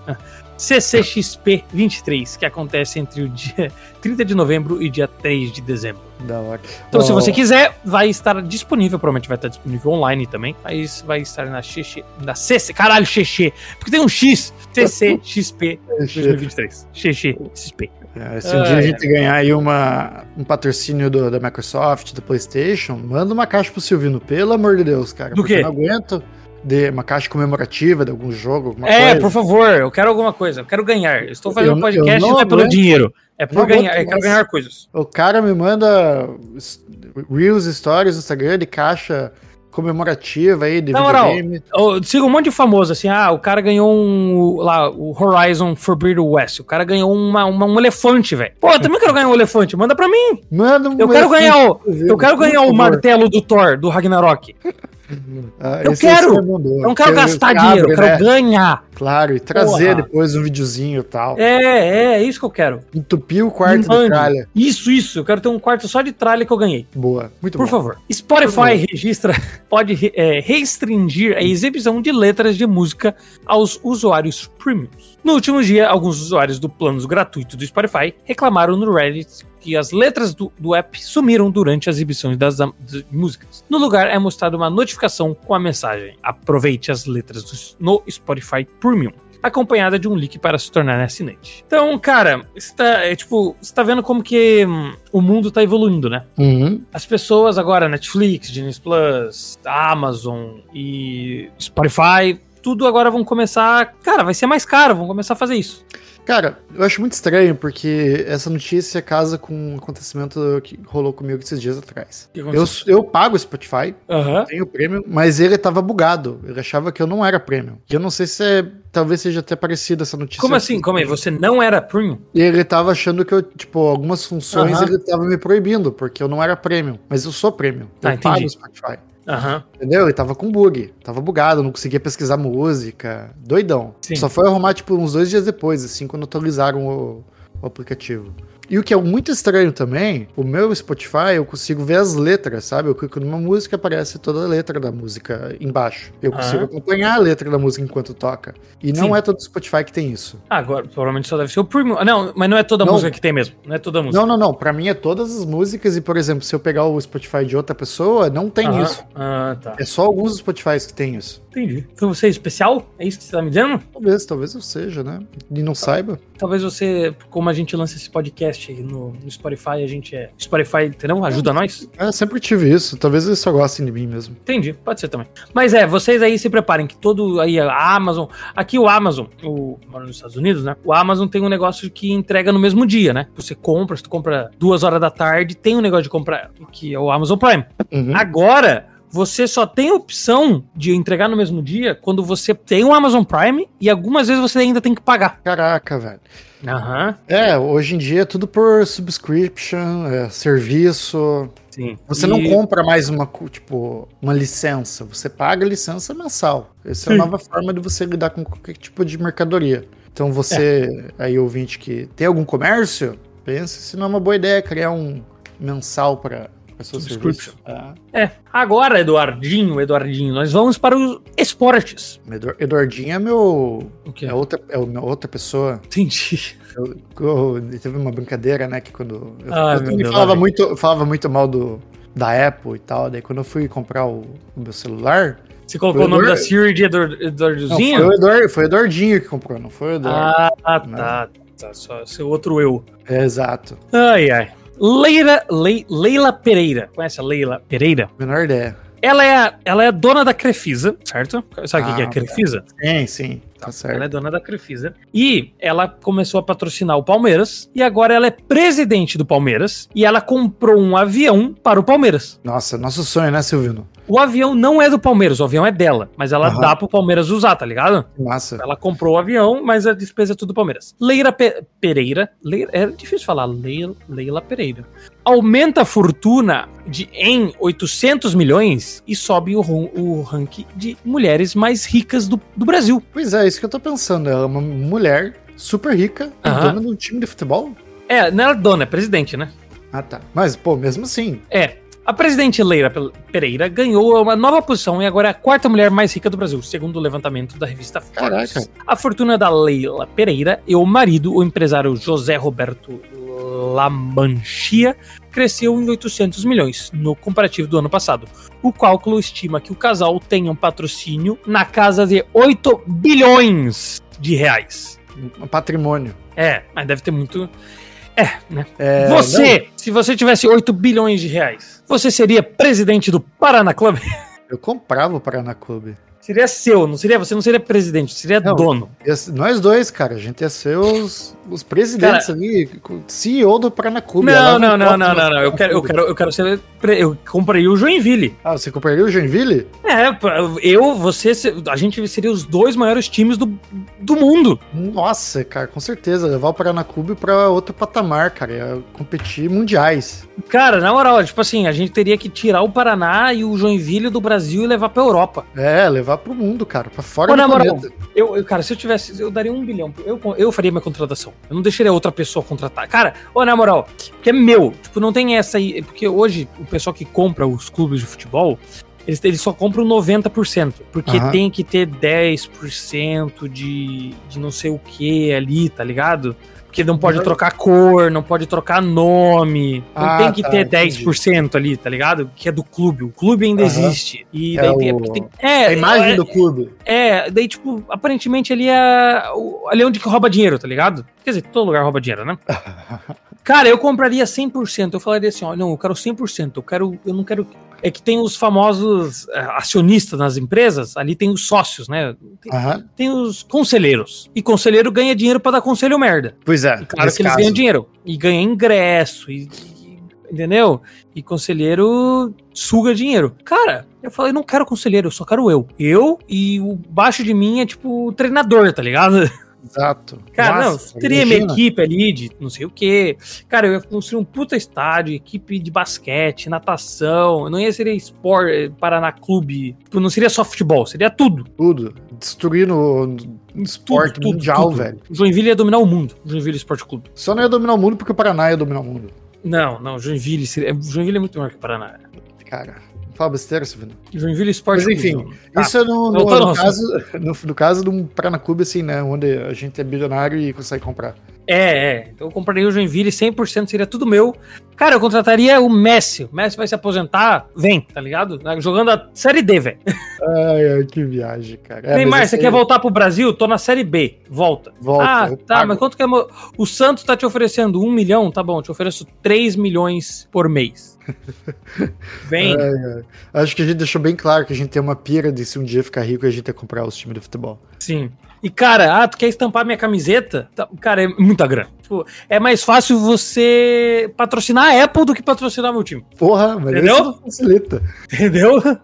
S1: CCXP 23, que acontece entre o dia 30 de novembro e dia 3 de dezembro.
S2: Da hora.
S1: Então, se
S2: Ó,
S1: você quiser, vai estar disponível. Provavelmente vai estar disponível online também. Aí vai estar na XC. Na CC. Caralho, XC. Porque tem um X. CCXP
S2: deixa-
S1: 2023. XCXP.
S2: é, se um dia
S1: Ai,
S2: a gente ganhar aí uma, um patrocínio do- da Microsoft, do PlayStation, manda uma caixa pro Silvino, pelo amor de Deus, cara.
S1: Do
S2: porque
S1: quê?
S2: Eu não aguento. De uma caixa comemorativa de algum jogo, alguma
S1: É,
S2: coisa.
S1: por favor, eu quero alguma coisa. Eu quero ganhar. Eu estou fazendo
S2: Eu-
S1: um podcast
S2: eu não
S1: não é pelo
S2: aguento.
S1: dinheiro. É por
S2: Não aguento
S1: ganhar. Eu quero
S2: mais.
S1: ganhar coisas.
S2: O cara me manda s- Reels, Stories, Instagram de caixa comemorativa aí de
S1: Na moral.
S2: videogame.
S1: Eu sigo um monte de famoso, assim. Ah, o cara ganhou um. Lá, o Horizon Forbidden West. O cara ganhou uma, uma- um elefante, velho. Pô, eu também quero ganhar um elefante. Manda pra mim.
S2: Manda um
S1: Eu quero
S2: elefante
S1: ganhar o.
S2: pro Silvino,
S1: Eu quero
S2: por
S1: ganhar o
S2: favor.
S1: martelo do Thor, do Ragnarok.
S2: Ah,
S1: Eu
S2: esse- esse
S1: quero!
S2: é bom dor.
S1: Eu não quero gastar
S2: que
S1: dinheiro,
S2: abre,
S1: eu quero
S2: né?
S1: ganhar.
S2: Claro, e trazer
S1: Porra.
S2: depois um videozinho e tal.
S1: É, é, é isso que eu quero.
S2: Entupir o
S1: Me
S2: quarto de
S1: mande.
S2: tralha.
S1: Isso, isso. Eu quero ter um quarto só de tralha que eu ganhei.
S2: Boa. Muito
S1: Por
S2: bom.
S1: favor. Spotify
S2: Muito
S1: registra, pode re- é, restringir a exibição de letras de música aos usuários premiums. No último dia, alguns usuários do plano gratuito do Spotify reclamaram no Reddit que as letras do, do app sumiram durante as exibições das am- de músicas. No lugar é mostrada uma notificação com a mensagem: aproveite as letras do- no Spotify Premium. Acompanhada de um link para se tornar assinante. Então, cara, você tá, é, tipo, você tá vendo como que hum, o mundo tá evoluindo, né?
S2: Uhum.
S1: As pessoas agora, Netflix, Genius Plus, Amazon e Spotify, tudo agora vão começar. Cara, vai ser mais caro, vão começar a fazer isso.
S2: Cara, eu acho muito estranho porque essa notícia casa com um acontecimento que rolou comigo esses dias atrás.
S1: O que
S2: Eu,
S1: aconteceu?
S2: eu pago o Spotify,
S1: Aham.
S2: tenho o prêmio, mas ele tava bugado. Ele achava que eu não era prêmio. E eu não sei se é. Talvez seja até parecido essa notícia.
S1: Como assim? Como aí? Você não era premium?
S2: E ele tava achando que eu, tipo, algumas funções
S1: Aham.
S2: ele tava me proibindo, porque eu não era premium. Mas eu sou premium.
S1: Tá,
S2: eu pago
S1: entendi.
S2: o Spotify.
S1: Aham.
S2: Entendeu? Ele tava com bug. Tava bugado, não conseguia pesquisar música. Doidão.
S1: Sim.
S2: Só foi arrumar, tipo, uns dois dias depois, assim, quando atualizaram o, o aplicativo. E o que é muito estranho também, o meu Spotify, eu consigo ver as letras, sabe? Eu clico numa música, aparece toda a letra da música embaixo. Eu
S1: Ah.
S2: consigo acompanhar a letra da música enquanto toca. E não
S1: Sim.
S2: é todo Spotify que tem isso.
S1: Ah, agora provavelmente só deve ser o premium. Ah, Não, mas não é toda
S2: Não.
S1: música que tem mesmo. Não é toda música.
S2: Não, não, não. Pra mim é todas as músicas. E, por exemplo, se eu pegar o Spotify de outra pessoa, não tem
S1: Aham.
S2: isso.
S1: Ah, tá.
S2: É só alguns Spotifys que tem isso.
S1: Entendi. Então você é especial? É isso que você tá me dizendo?
S2: Talvez, talvez eu seja, né? E não saiba.
S1: Talvez você, como a gente lança esse podcast aí no, no Spotify, a gente é. Spotify, entendeu? Ajuda nós.
S2: É, sempre tive isso. Talvez eles só gostem de mim mesmo.
S1: Entendi, pode ser também. Mas é, vocês aí se preparem que todo aí a Amazon, aqui o Amazon, o moro nos Estados Unidos, né? O Amazon tem um negócio que entrega no mesmo dia, né? Você compra, se tu compra duas horas da tarde, tem um negócio de comprar que é o Amazon Prime.
S2: Uhum.
S1: Agora você só tem a opção de entregar no mesmo dia quando você tem o Amazon Prime e algumas vezes você ainda tem que pagar.
S2: Caraca, velho.
S1: Aham.
S2: É, hoje em dia é tudo por subscription, é, serviço.
S1: Sim.
S2: Você
S1: E-
S2: não compra mais uma, cu- tipo, uma licença. Você paga a licença mensal. Essa é a
S1: Sim.
S2: nova forma de você lidar com qualquer tipo de mercadoria. Então você,
S1: É.
S2: aí ouvinte que tem algum comércio, pense se não é uma boa ideia criar um mensal para seu
S1: Subscription.
S2: serviço. Ah,
S1: É. Agora, Eduardinho, Eduardinho, nós vamos para os esportes.
S2: Edu- Eduardinho é meu...
S1: O que
S2: É outra, é uma outra pessoa.
S1: Entendi.
S2: Eu- eu- teve uma brincadeira, né? Que quando. Eu,
S1: Ah,
S2: eu
S1: meu
S2: também
S1: Deus, lá
S2: falava,
S1: vem.
S2: muito, eu falava muito mal do, da Apple e tal. Daí quando eu fui comprar o, o meu celular.
S1: Você colocou o nome da
S2: Eduardo-
S1: Siri de Eduard-
S2: Não,
S1: Eduardozinho?
S2: foi, o Eduard, foi o Eduardinho que comprou, não foi o Eduardo.
S1: Ah, tá,
S2: né?
S1: tá, tá. Só seu outro eu.
S2: É, exato.
S1: Ai, ai. Leira, Lei- Leila Pereira. Conhece a Leila Pereira?
S2: Menor ideia.
S1: Ela é, a- ela é a dona da Crefisa, certo? Sabe o que que é
S2: Ah,
S1: Crefisa?
S2: Sim, sim. Tá
S1: Ela é
S2: certo.
S1: dona da Crefisa. E ela começou a patrocinar o Palmeiras. E agora ela é presidente do Palmeiras. E ela comprou um avião para o Palmeiras.
S2: Nossa, nosso sonho, né, Silvino?
S1: O avião não é do Palmeiras, o avião é dela. Mas ela
S2: Aham.
S1: dá pro Palmeiras usar, tá ligado?
S2: Que massa.
S1: Ela comprou o avião, mas a despesa é tudo do Palmeiras. Leira Pe- Pereira. Leira, é difícil falar. Leila, Leila Pereira. Aumenta a fortuna de, em 800 milhões e sobe o, ru- o ranking de mulheres mais ricas do, do Brasil.
S2: Pois é, isso que eu tô pensando. Ela é uma mulher super rica,
S1: Aham.
S2: dona de um time de futebol.
S1: É, não é dona, é presidente, né?
S2: Ah, tá. Mas, pô, mesmo assim.
S1: É. A presidente Leira Pe- Pereira ganhou uma nova posição e agora é a quarta mulher mais rica do Brasil, segundo o levantamento da revista Forbes.
S2: Caraca.
S1: A fortuna da Leila Pereira e o marido, o empresário José Roberto Lamanchia, cresceu em 800 milhões no comparativo do ano passado. O cálculo estima que o casal tenha um patrocínio na casa de 8 bilhões de reais.
S2: Um patrimônio.
S1: É, mas deve ter muito. É, né?
S2: É,
S1: você, se você tivesse 8 bilhões de reais, você seria presidente do Paraná Club?
S2: não, eu comprava o Paraná Clube.
S1: Seria seu, não seria? Você não seria presidente, seria
S2: Não.
S1: dono.
S2: Ia ser- É Nós dois, cara, a gente ia ser os, os presidentes ali, com- CEO do Paranacuba. ia lá
S1: Não, não,
S2: um
S1: não,
S2: copo
S1: não,
S2: no
S1: não, não. Eu quero, eu quero, eu quero ser. pre- Eu compraria o Joinville.
S2: Ah, você compraria o Joinville?
S1: É, pra- eu, você, a gente seria os dois maiores times do, do mundo.
S2: Nossa, cara, com certeza. Levar o Paranacuba pra outro patamar, cara. Ia competir mundiais.
S1: Cara, na moral, tipo assim, a gente teria que tirar o Paraná e o Joinville do Brasil e levar pra Europa.
S2: É, levar pro mundo, cara. Pra fora
S1: Ô,
S2: do
S1: na moral,
S2: planeta.
S1: Eu, eu, cara, se eu tivesse, eu daria um bilhão. Eu, eu faria minha contratação. Eu não deixaria outra pessoa contratar. Cara, ô, na moral, porque é meu. Tipo, não tem essa aí. Porque hoje, o pessoal que compra os clubes de futebol, eles, eles só compram 90%. Porque
S2: Aham.
S1: tem que ter 10% de, de não sei o que ali, tá ligado? Porque não pode
S2: Mas-
S1: trocar cor, não pode trocar nome. Não
S2: Ah,
S1: tem que
S2: tá,
S1: ter
S2: entendi.
S1: 10% ali, tá ligado? Que é do clube. O clube ainda
S2: Aham.
S1: existe. E
S2: É
S1: daí tem, é
S2: o-
S1: porque tem- é,
S2: A imagem
S1: é-
S2: do clube.
S1: é, daí, tipo, aparentemente ali é. o- Ali é onde que rouba dinheiro, tá ligado? Quer dizer, todo lugar rouba dinheiro, né? Cara, eu compraria 100%. Eu falaria assim: ó, não, eu quero 100%. Eu quero. Eu não quero. É que tem os famosos é, acionistas nas empresas, ali tem os sócios, né? Tem,
S2: Aham.
S1: tem os conselheiros. E conselheiro ganha dinheiro pra dar conselho merda.
S2: Pois é.
S1: E claro
S2: nesse
S1: que eles
S2: caso.
S1: ganham dinheiro. E ganha ingresso, e, e- entendeu? E conselheiro suga dinheiro. Cara, eu falei, não quero conselheiro, eu só quero eu. Eu e o baixo de mim é tipo o treinador, tá ligado?
S2: Exato.
S1: Cara,
S2: Nossa,
S1: não, teria minha
S2: imagina.
S1: equipe ali de não sei o quê. Cara, eu ia construir um puta estádio, equipe de basquete, natação. Não ia ser esporte, Paraná Clube. Tipo, não seria só futebol, seria tudo.
S2: Tudo. Destruindo o esporte mundial, velho.
S1: Joinville ia dominar o mundo, Joinville Esporte Clube.
S2: Só não ia dominar o mundo porque o Paraná ia dominar o mundo.
S1: Não, não, Joinville, seria, Joinville é muito maior que Paraná.
S2: Cara, não fala besteira, Silvino.
S1: Joinville Esporte
S2: Mas, enfim,
S1: Clube, não. Tá.
S2: Isso é no, no-
S1: Voltando
S2: no
S1: ao
S2: caso, no, no caso de um Paranacuba, assim, né? Onde a gente é bilionário e consegue comprar.
S1: É, é. Então eu compraria o Joinville 100%, seria tudo meu. Cara, eu contrataria o Messi. O Messi vai se aposentar, vem, tá ligado? Jogando a Série D, velho.
S2: Ai, ai, que viagem, cara. É,
S1: Neymar,
S2: mas
S1: você
S2: esse
S1: quer
S2: aí-
S1: voltar pro Brasil? Tô na Série B, volta.
S2: Volta,
S1: ah,
S2: eu
S1: tá,
S2: pago.
S1: mas quanto que é... mo- O Santos tá te oferecendo um milhão? Tá bom, eu te ofereço 3 milhões por mês. Vem.
S2: É. Acho que a gente deixou bem claro que a gente tem uma pira de se um dia ficar rico a gente ia comprar os times de futebol.
S1: Sim. E, cara, ah, tu quer estampar minha camiseta? Tá- Cara, é muita grana. Tipo, é mais fácil você patrocinar a Apple do que patrocinar meu time.
S2: Porra, mas
S1: Entendeu?
S2: isso não facilita.
S1: Entendeu?
S2: É.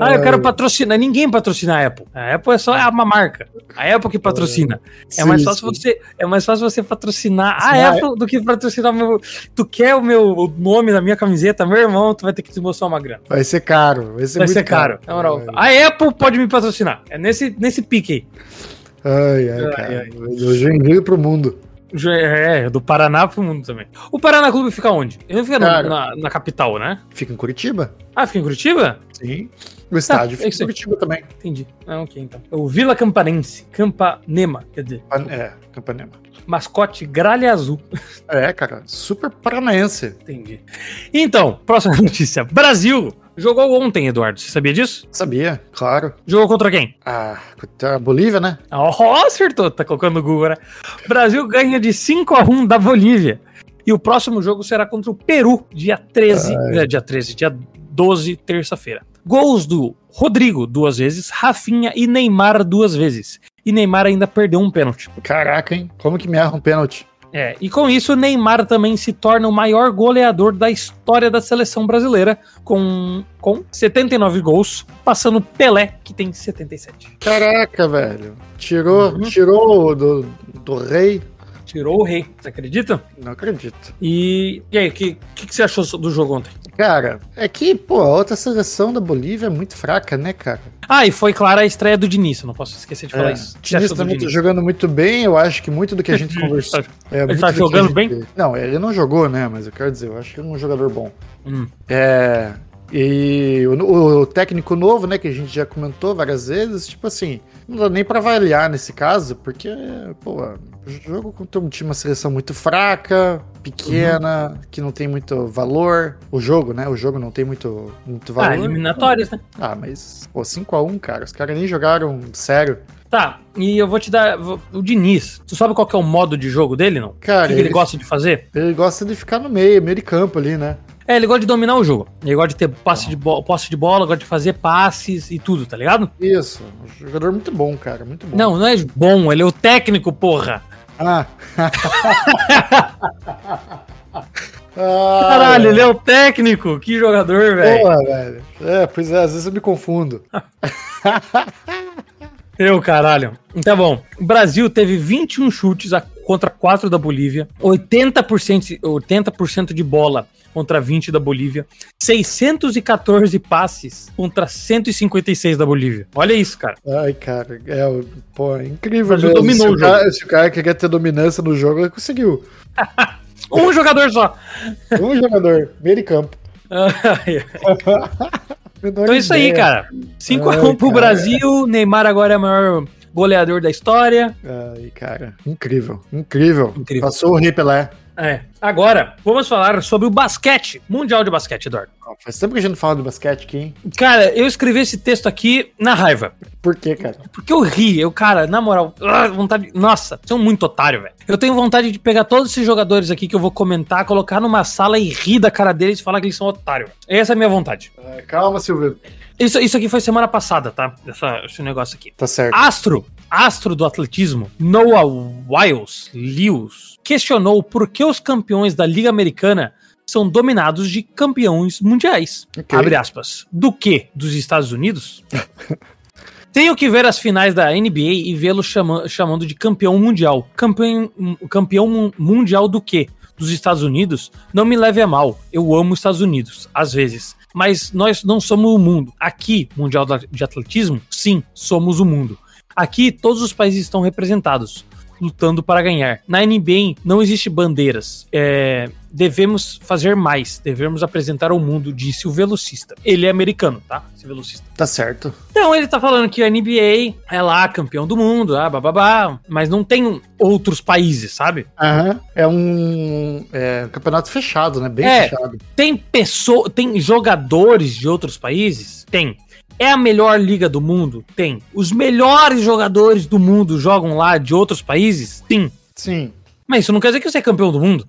S1: Ah, eu quero patrocinar. Ninguém patrocina a Apple. A Apple é só uma marca. A Apple que patrocina. É mais fácil você, é mais fácil você patrocinar a
S2: Ah,
S1: Apple do que patrocinar meu. Tu quer o meu o nome na minha camiseta, meu irmão, tu vai ter que desembolsar uma grana.
S2: Vai ser caro. Vai ser,
S1: Vai
S2: muito
S1: ser caro. Na moral, a Apple pode me patrocinar. É nesse, nesse pique aí.
S2: Ai, ai,
S1: Ai,
S2: cara.
S1: ai.
S2: Eu já envio pro mundo.
S1: Já É, do Paraná pro mundo também. O Paraná Clube fica onde? Ele não fica no-
S2: Cara.
S1: na, na capital, né?
S2: Fica em Curitiba?
S1: Ah, fica em Curitiba?
S2: Sim. Tá, O estádio
S1: é
S2: fica
S1: isso
S2: em
S1: aí.
S2: Curitiba também.
S1: Entendi. Ah, ok, então. É O Vila Campanense, Campanema, quer dizer,
S2: Pan- É, Campanema.
S1: mascote gralha azul.
S2: É, cara. Super paranaense.
S1: Entendi. Então, próxima notícia. Brasil jogou ontem, Eduardo. Você sabia disso?
S2: Sabia, claro.
S1: Jogou contra quem?
S2: Ah, contra a Bolívia, né?
S1: Oh, acertou. Tá colocando no Google, né? Brasil ganha de 5 a 1 da Bolívia. E o próximo jogo será contra o Peru, dia 13. é, dia 13, dia 12, terça-feira. Gols do Rodrigo duas vezes, Rafinha e Neymar duas vezes. E Neymar ainda perdeu um pênalti.
S2: Caraca, hein? Como que me erra um pênalti?
S1: É, e com isso, Neymar também se torna o maior goleador da história da seleção brasileira, com, com 79 gols, passando Pelé, que tem 77.
S2: Caraca, velho. Tirou,
S1: Uhum.
S2: tirou do, do rei.
S1: Tirou o rei, você acredita?
S2: Não acredito.
S1: E, e aí, o que, que, que você achou do jogo ontem?
S2: Cara, é que, pô, a outra seleção da Bolívia é muito fraca, né, cara?
S1: Ah, e foi clara a estreia do Diniz, eu não posso esquecer de falar
S2: É,
S1: isso. O
S2: O
S1: que
S2: Diniz
S1: achou do
S2: também tá jogando muito bem, eu acho que muito do que a gente conversou. É, muito
S1: tá
S2: do que
S1: jogando
S2: a gente- Não, ele não jogou, né? Mas eu quero dizer, eu acho que ele é um jogador bom.
S1: Hum.
S2: É. E o, no- o técnico novo, né, que a gente já comentou várias vezes, tipo assim, não dá nem pra avaliar nesse caso, porque, pô, jogo contra um time, uma seleção muito fraca, pequena,
S1: Uhum.
S2: que não tem muito valor. O jogo, né? O jogo não tem muito, muito valor.
S1: Ah, eliminatórias, né?
S2: Ah, mas, pô, 5x1, cara. Os caras nem jogaram sério.
S1: Tá, e eu vou te dar. vou- O Diniz, tu sabe qual que é o modo de jogo dele, não? O
S2: Cara,
S1: que, que ele
S2: ele,
S1: gosta de fazer?
S2: ele gosta de ficar no meio, meio de campo ali, né?
S1: É, ele gosta de dominar o jogo. Ele gosta de ter passe de, bo posse de bola, gosta de fazer passes e tudo, tá ligado?
S2: Isso. Um jogador muito bom, cara. Muito bom.
S1: Não, não é bom, ele é o técnico, porra.
S2: Ah.
S1: Caralho, ele é o técnico. Que jogador, velho.
S2: Boa, velho. É, pois é, às vezes eu me confundo.
S1: Eu, caralho. Tá bom. O Brasil teve 21 chutes a- contra 4 da Bolívia, 80%, 80% de bola contra 20 da Bolívia, 614 passes contra 156 da Bolívia. Olha isso, cara.
S2: Ai, cara, é, o- pô, é incrível
S1: Mas
S2: mesmo.
S1: dominou
S2: se,
S1: o
S2: o cara, se o cara queria ter dominância no jogo, ele conseguiu.
S1: Um jogador só.
S2: Um jogador, meio de campo.
S1: Então é isso aí, cara. 5x1 pro
S2: cara.
S1: Brasil. Neymar agora é o maior goleador da história.
S2: Ai, cara, incrível, incrível.
S1: Incrível.
S2: Passou o Rei Pelé.
S1: É. Agora, vamos falar sobre o basquete. Mundial de basquete, Eduardo.
S2: Ó, Faz tempo que a gente não fala de basquete aqui, hein?
S1: Cara, eu escrevi esse texto aqui na raiva.
S2: Por quê, cara?
S1: Porque eu ri, eu, cara, na moral, ah, vontade. Nossa, são muito otário, velho. Eu tenho vontade de pegar todos esses jogadores aqui que eu vou comentar, colocar numa sala e rir da cara deles e falar que eles são otário. velho. Essa é a minha vontade.
S2: Ah, calma, Silvio.
S1: Isso, isso aqui foi semana passada, tá? Essa- esse negócio aqui.
S2: Tá certo.
S1: Astro, astro do atletismo, Noah Wiles, Lewis, questionou por que os campeões da Liga Americana são dominados de campeões mundiais.
S2: Ok.
S1: Abre aspas. Do que? Dos Estados Unidos? Tenho que ver as finais da NBA e vê-lo chama- chamando de campeão mundial. Campeão, campeão mun- mundial do quê? Dos Estados Unidos? Não me leve a mal. Eu amo os Estados Unidos, às vezes. Mas nós não somos o mundo. Aqui, Mundial da- de Atletismo, sim, somos o mundo. Aqui, todos os países estão representados, lutando para ganhar. Na NBA, não existe bandeiras. É, devemos fazer mais. Devemos apresentar ao mundo, disse o velocista. Ele é americano, tá? Esse velocista.
S2: Tá certo.
S1: Então ele tá falando que a NBA é lá campeão do mundo, ah, bababá, mas não tem outros países, sabe?
S2: Aham. É um é, um campeonato fechado, né? Bem
S1: É.
S2: fechado.
S1: Tem pessoa, tem jogadores de outros países? Tem. É a melhor liga do mundo? Tem. Os melhores jogadores do mundo jogam lá de outros países? Sim.
S2: Sim.
S1: Mas isso não quer dizer que você é campeão do mundo.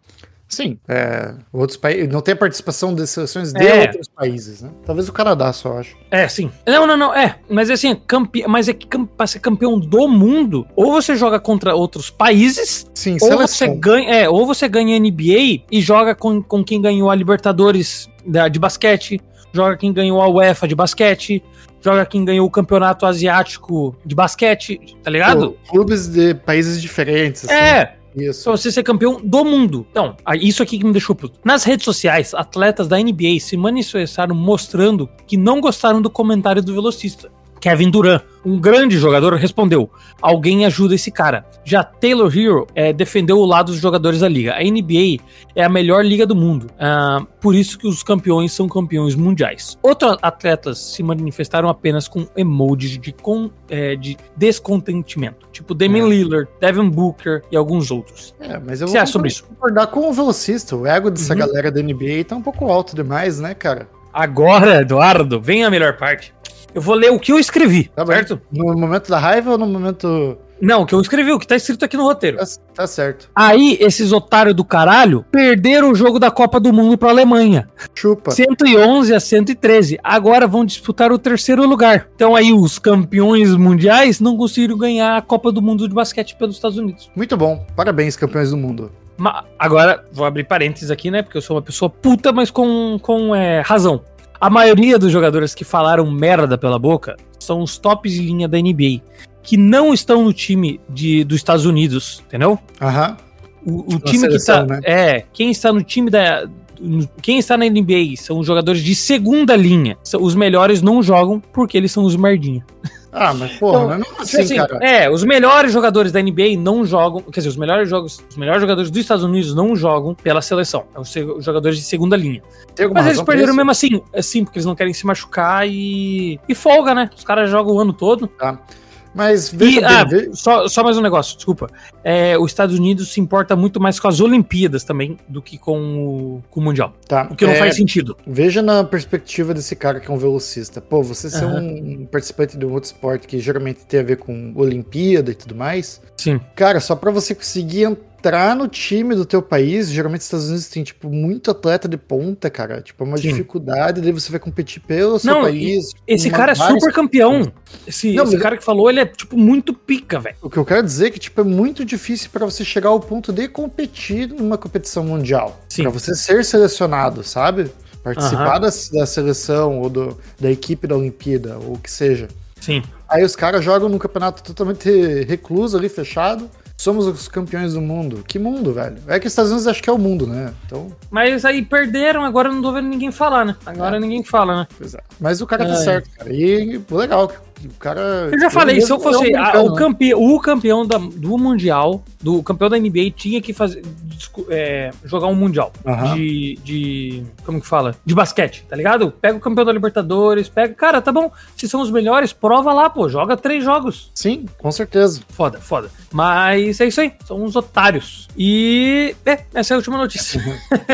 S2: Sim. É, outros países. Não tem a participação de seleções de
S1: É.
S2: outros países, né? Talvez o Canadá só, eu acho.
S1: É, sim. Não, não, não, é. Mas assim, campe... mas é que cam- pra ser campeão do mundo, ou você joga contra outros países,
S2: Sim,
S1: ou você ganha, é, ou você ganha NBA e joga com, com quem ganhou a Libertadores da- de basquete, joga quem ganhou a UEFA de basquete, joga quem ganhou o Campeonato Asiático de basquete, tá ligado?
S2: Pô, Clubes de países diferentes, assim.
S1: É,
S2: Isso.
S1: só você ser campeão do mundo. Então, a- isso aqui que me deixou puto. Nas redes sociais, atletas da NBA se manifestaram mostrando que não gostaram do comentário do velocista. Kevin Durant, um grande jogador, respondeu: Alguém ajuda esse cara. Já Taylor Hero eh, defendeu o lado dos jogadores da liga. A NBA é a melhor liga do mundo. Ah, por isso que os campeões são campeões mundiais. Outros atletas se manifestaram apenas com emojis de, con- eh, de descontentamento, tipo Damian
S2: É.
S1: Lillard, Devin Booker e alguns outros.
S2: É, mas
S1: O que
S2: eu
S1: Então,
S2: vou
S1: você acha sobre isso?
S2: concordar com o velocista. O ego dessa
S1: Uhum.
S2: galera da NBA tá um pouco alto demais, né, cara?
S1: Agora, Eduardo, vem a melhor parte. Eu vou ler o que eu escrevi,
S2: Tá bom.
S1: certo?
S2: No momento da raiva ou no momento.
S1: Não, o que eu escrevi, o que tá escrito aqui no roteiro.
S2: Tá, tá certo.
S1: Aí, esses otários do caralho perderam o jogo da Copa do Mundo pra Alemanha.
S2: Chupa.
S1: 111 a 113. Agora vão disputar o terceiro lugar. Então aí os campeões mundiais não conseguiram ganhar a Copa do Mundo de basquete pelos Estados Unidos.
S2: Muito bom. Parabéns, campeões do mundo.
S1: Ma- agora vou abrir parênteses aqui, né? Porque eu sou uma pessoa puta, mas com, com é, razão. A maioria dos jogadores que falaram merda pela boca são os tops de linha da NBA, que não estão no time de, dos Estados Unidos, entendeu?
S2: Aham.
S1: O, o
S2: Na
S1: time
S2: seleção,
S1: que tá.
S2: né?
S1: É, quem está no time da. no- Quem está na NBA são os jogadores de segunda linha. São- Os melhores não jogam porque eles são os merdinha.
S2: Ah, mas porra,
S1: Então,
S2: mas mesmo assim,
S1: Tipo assim,
S2: cara.
S1: é, os melhores jogadores da NBA não jogam. Quer dizer, os melhores jogos, os melhores jogadores dos Estados Unidos não jogam pela seleção. São os se- os jogadores de segunda linha.
S2: Tem alguma
S1: Mas eles
S2: razão pra
S1: perderam
S2: isso?
S1: mesmo assim. Assim, porque eles não querem se machucar e. E folga, né? Os caras jogam o ano todo.
S2: Mas veja
S1: E,
S2: bem,
S1: ah,
S2: ve-
S1: só, só mais um negócio, desculpa. É, os Estados Unidos se importa muito mais com as Olimpíadas também do que com o, com o Mundial.
S2: tá.
S1: O que não
S2: É,
S1: faz sentido.
S2: Veja na perspectiva desse cara que é um velocista. Pô, você ser
S1: Aham.
S2: um participante de um outro esporte que geralmente tem a ver com Olimpíada e tudo mais.
S1: Sim.
S2: Cara, só pra você conseguir en- entrar no time do teu país, geralmente os Estados Unidos tem, tipo, muito atleta de ponta, cara. Tipo, é uma
S1: Sim.
S2: dificuldade, daí você vai competir pelo seu
S1: Não,
S2: país.
S1: Esse
S2: uma-
S1: cara é
S2: várias-
S1: super campeão. Esse,
S2: Não,
S1: esse
S2: mas-
S1: cara que falou, ele é, tipo, muito pica, velho.
S2: O que eu quero dizer é que, tipo, é muito difícil pra você chegar ao ponto de competir numa competição mundial.
S1: Sim.
S2: Pra você ser selecionado, sabe? Participar
S1: Aham.
S2: da, da seleção ou do- da equipe da Olimpíada, ou o que seja.
S1: Sim.
S2: Aí os caras jogam num campeonato totalmente recluso ali, fechado. Somos os campeões do mundo. Que mundo, velho? É que os Estados Unidos acho que é o mundo, né? Então,
S1: Mas aí perderam, agora eu não tô vendo ninguém falar, né? Agora ninguém fala, né?
S2: pois é. Mas o cara tá
S1: Ai.
S2: certo, cara. E legal, que o cara.
S1: Eu já falei, se eu fosse
S2: É um
S1: a-
S2: americano,
S1: o,
S2: né?
S1: campe, o campeão da- do Mundial, do o campeão da NBA tinha que fazer discu- é, jogar um Mundial
S2: Aham.
S1: de, de. Como que fala? De basquete, tá ligado? Pega o campeão da Libertadores, pega. Cara, tá bom. Se são os melhores, prova lá, pô. Joga três jogos.
S2: Sim, com certeza.
S1: Foda, foda. Mas é isso aí. São uns otários. E. É, essa é a última notícia.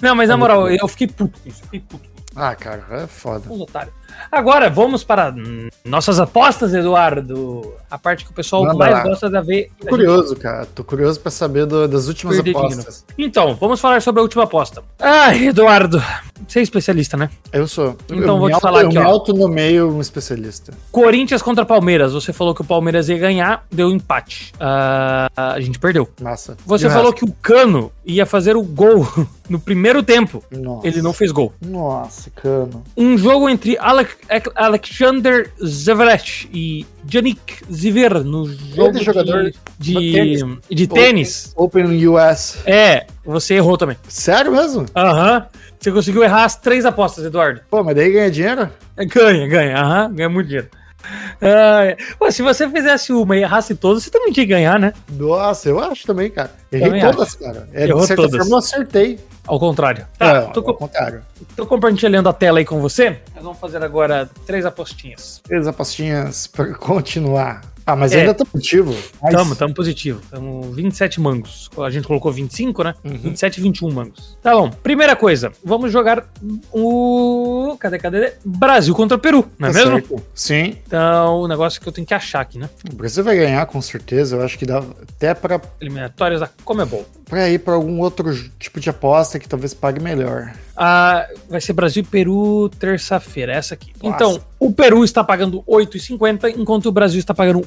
S1: Não, mas na moral, eu fiquei puto com isso. Fiquei puto com
S2: Ah, cara, é foda.
S1: isso, uns otários. Agora, vamos para hum, nossas apostas, Eduardo. A parte que o pessoal
S2: Manda
S1: mais
S2: lá.
S1: gosta de ver.
S2: Tô curioso, cara. Tô curioso pra saber do- das últimas
S1: Perder
S2: apostas.
S1: Então, vamos falar sobre a última aposta. Ai, Eduardo. Você é especialista, né?
S2: Eu sou.
S1: Então
S2: eu
S1: vou
S2: me
S1: te
S2: auto-
S1: falar aqui,
S2: Eu
S1: ó.
S2: me auto nomeio um especialista.
S1: Corinthians contra Palmeiras. Você falou que o Palmeiras ia ganhar, deu empate. Ah, a gente perdeu.
S2: Massa.
S1: Você falou que o Cano ia fazer o gol no primeiro tempo.
S2: que Nossa.
S1: Ele não fez gol.
S2: Nossa, cano.
S1: um jogo entre Alec- Alec- Alexander Zverev e Yannick Ziver no jogo de-
S2: jogador
S1: de,
S2: de
S1: de
S2: tênis.
S1: tênis.
S2: Open US.
S1: É, você errou também.
S2: Sério mesmo?
S1: Aham. Você conseguiu errar as três apostas, Eduardo. É,
S2: Pô, mas daí ganha dinheiro?
S1: Ganha, ganha. Aham, ganha muito dinheiro. Ah, pô, se você fizesse uma e errasse todas, você também tinha que ganhar, né?
S2: Nossa, eu acho também, cara. Errei
S1: Também
S2: todas, cara. É,
S1: Errou
S2: de certa
S1: todas.
S2: forma, eu acertei.
S1: Ao contrário. Tá,
S2: é,
S1: tô,
S2: ao
S1: co-
S2: contrário.
S1: tô compartilhando a tela aí com você. Nós vamos fazer agora três apostinhas.
S2: Três apostinhas pra continuar. Ah, mas
S1: É.
S2: ainda tá positivo. Mas...
S1: Tamo, tamo positivo. Tamo 27 mangos. A gente colocou 25, né?
S2: Uhum.
S1: 27 e 21 mangos. Tá bom. Primeira coisa, vamos jogar o. Cadê, cadê? Brasil contra Peru, não é
S2: Tá
S1: mesmo?
S2: certo. Sim.
S1: Então, o negócio que eu tenho que achar aqui, né?
S2: O Brasil vai ganhar, com certeza. Eu acho que dá até pra,
S1: Eliminatórias da Comebol.
S2: pra ir pra algum outro j- tipo de aposta que talvez pague melhor.
S1: Ah, vai ser Brasil e Peru terça-feira, essa aqui.
S2: Nossa.
S1: Então, o Peru está pagando 8,50, enquanto o Brasil está pagando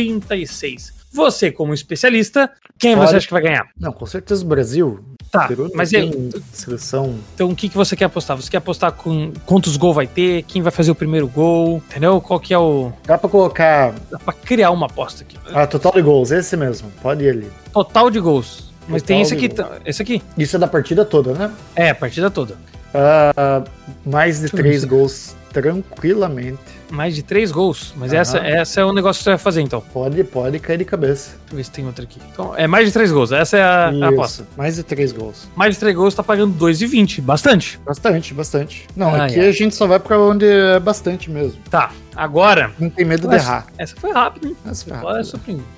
S1: 1,36. Você, como especialista, quem
S2: Olha-
S1: você acha que vai ganhar?
S2: Não, com certeza o Brasil.
S1: Tá,
S2: Peru não
S1: mas
S2: tem
S1: eu,
S2: seleção.
S1: Então, o que, que você quer apostar? Você quer apostar com quantos gols vai ter, quem vai fazer o primeiro gol, entendeu? Qual que é o...
S2: Dá pra colocar
S1: Dá pra criar uma aposta aqui.
S2: a total de gols, esse mesmo. Pode ir ali.
S1: Total de gols. Mas tem
S2: Total
S1: esse
S2: de
S1: aqui, tá- esse aqui.
S2: Isso é da partida toda, né?
S1: É, a partida toda.
S2: Ah, mais de
S1: Deixa eu
S2: três
S1: ver.
S2: gols tranquilamente.
S1: Mais de três gols. Mas essa,
S2: Aham.
S1: essa é o negócio que você vai fazer, então.
S2: Pode, pode cair de cabeça.
S1: Deixa eu ver se tem outra aqui. Então, é mais de três gols. Essa é a, a
S2: Isso,
S1: aposta.
S2: Mais de três gols.
S1: Mais de três gols, tá pagando 2,20. Bastante.
S2: Bastante, bastante. Não,
S1: Ah,
S2: aqui
S1: é.
S2: a gente só vai pra onde é bastante mesmo.
S1: Tá, agora...
S2: Não tem medo de
S1: Mas-
S2: errar.
S1: Essa foi rápida, hein?
S2: Mas foi
S1: Agora é
S2: rápido.
S1: surpreendente.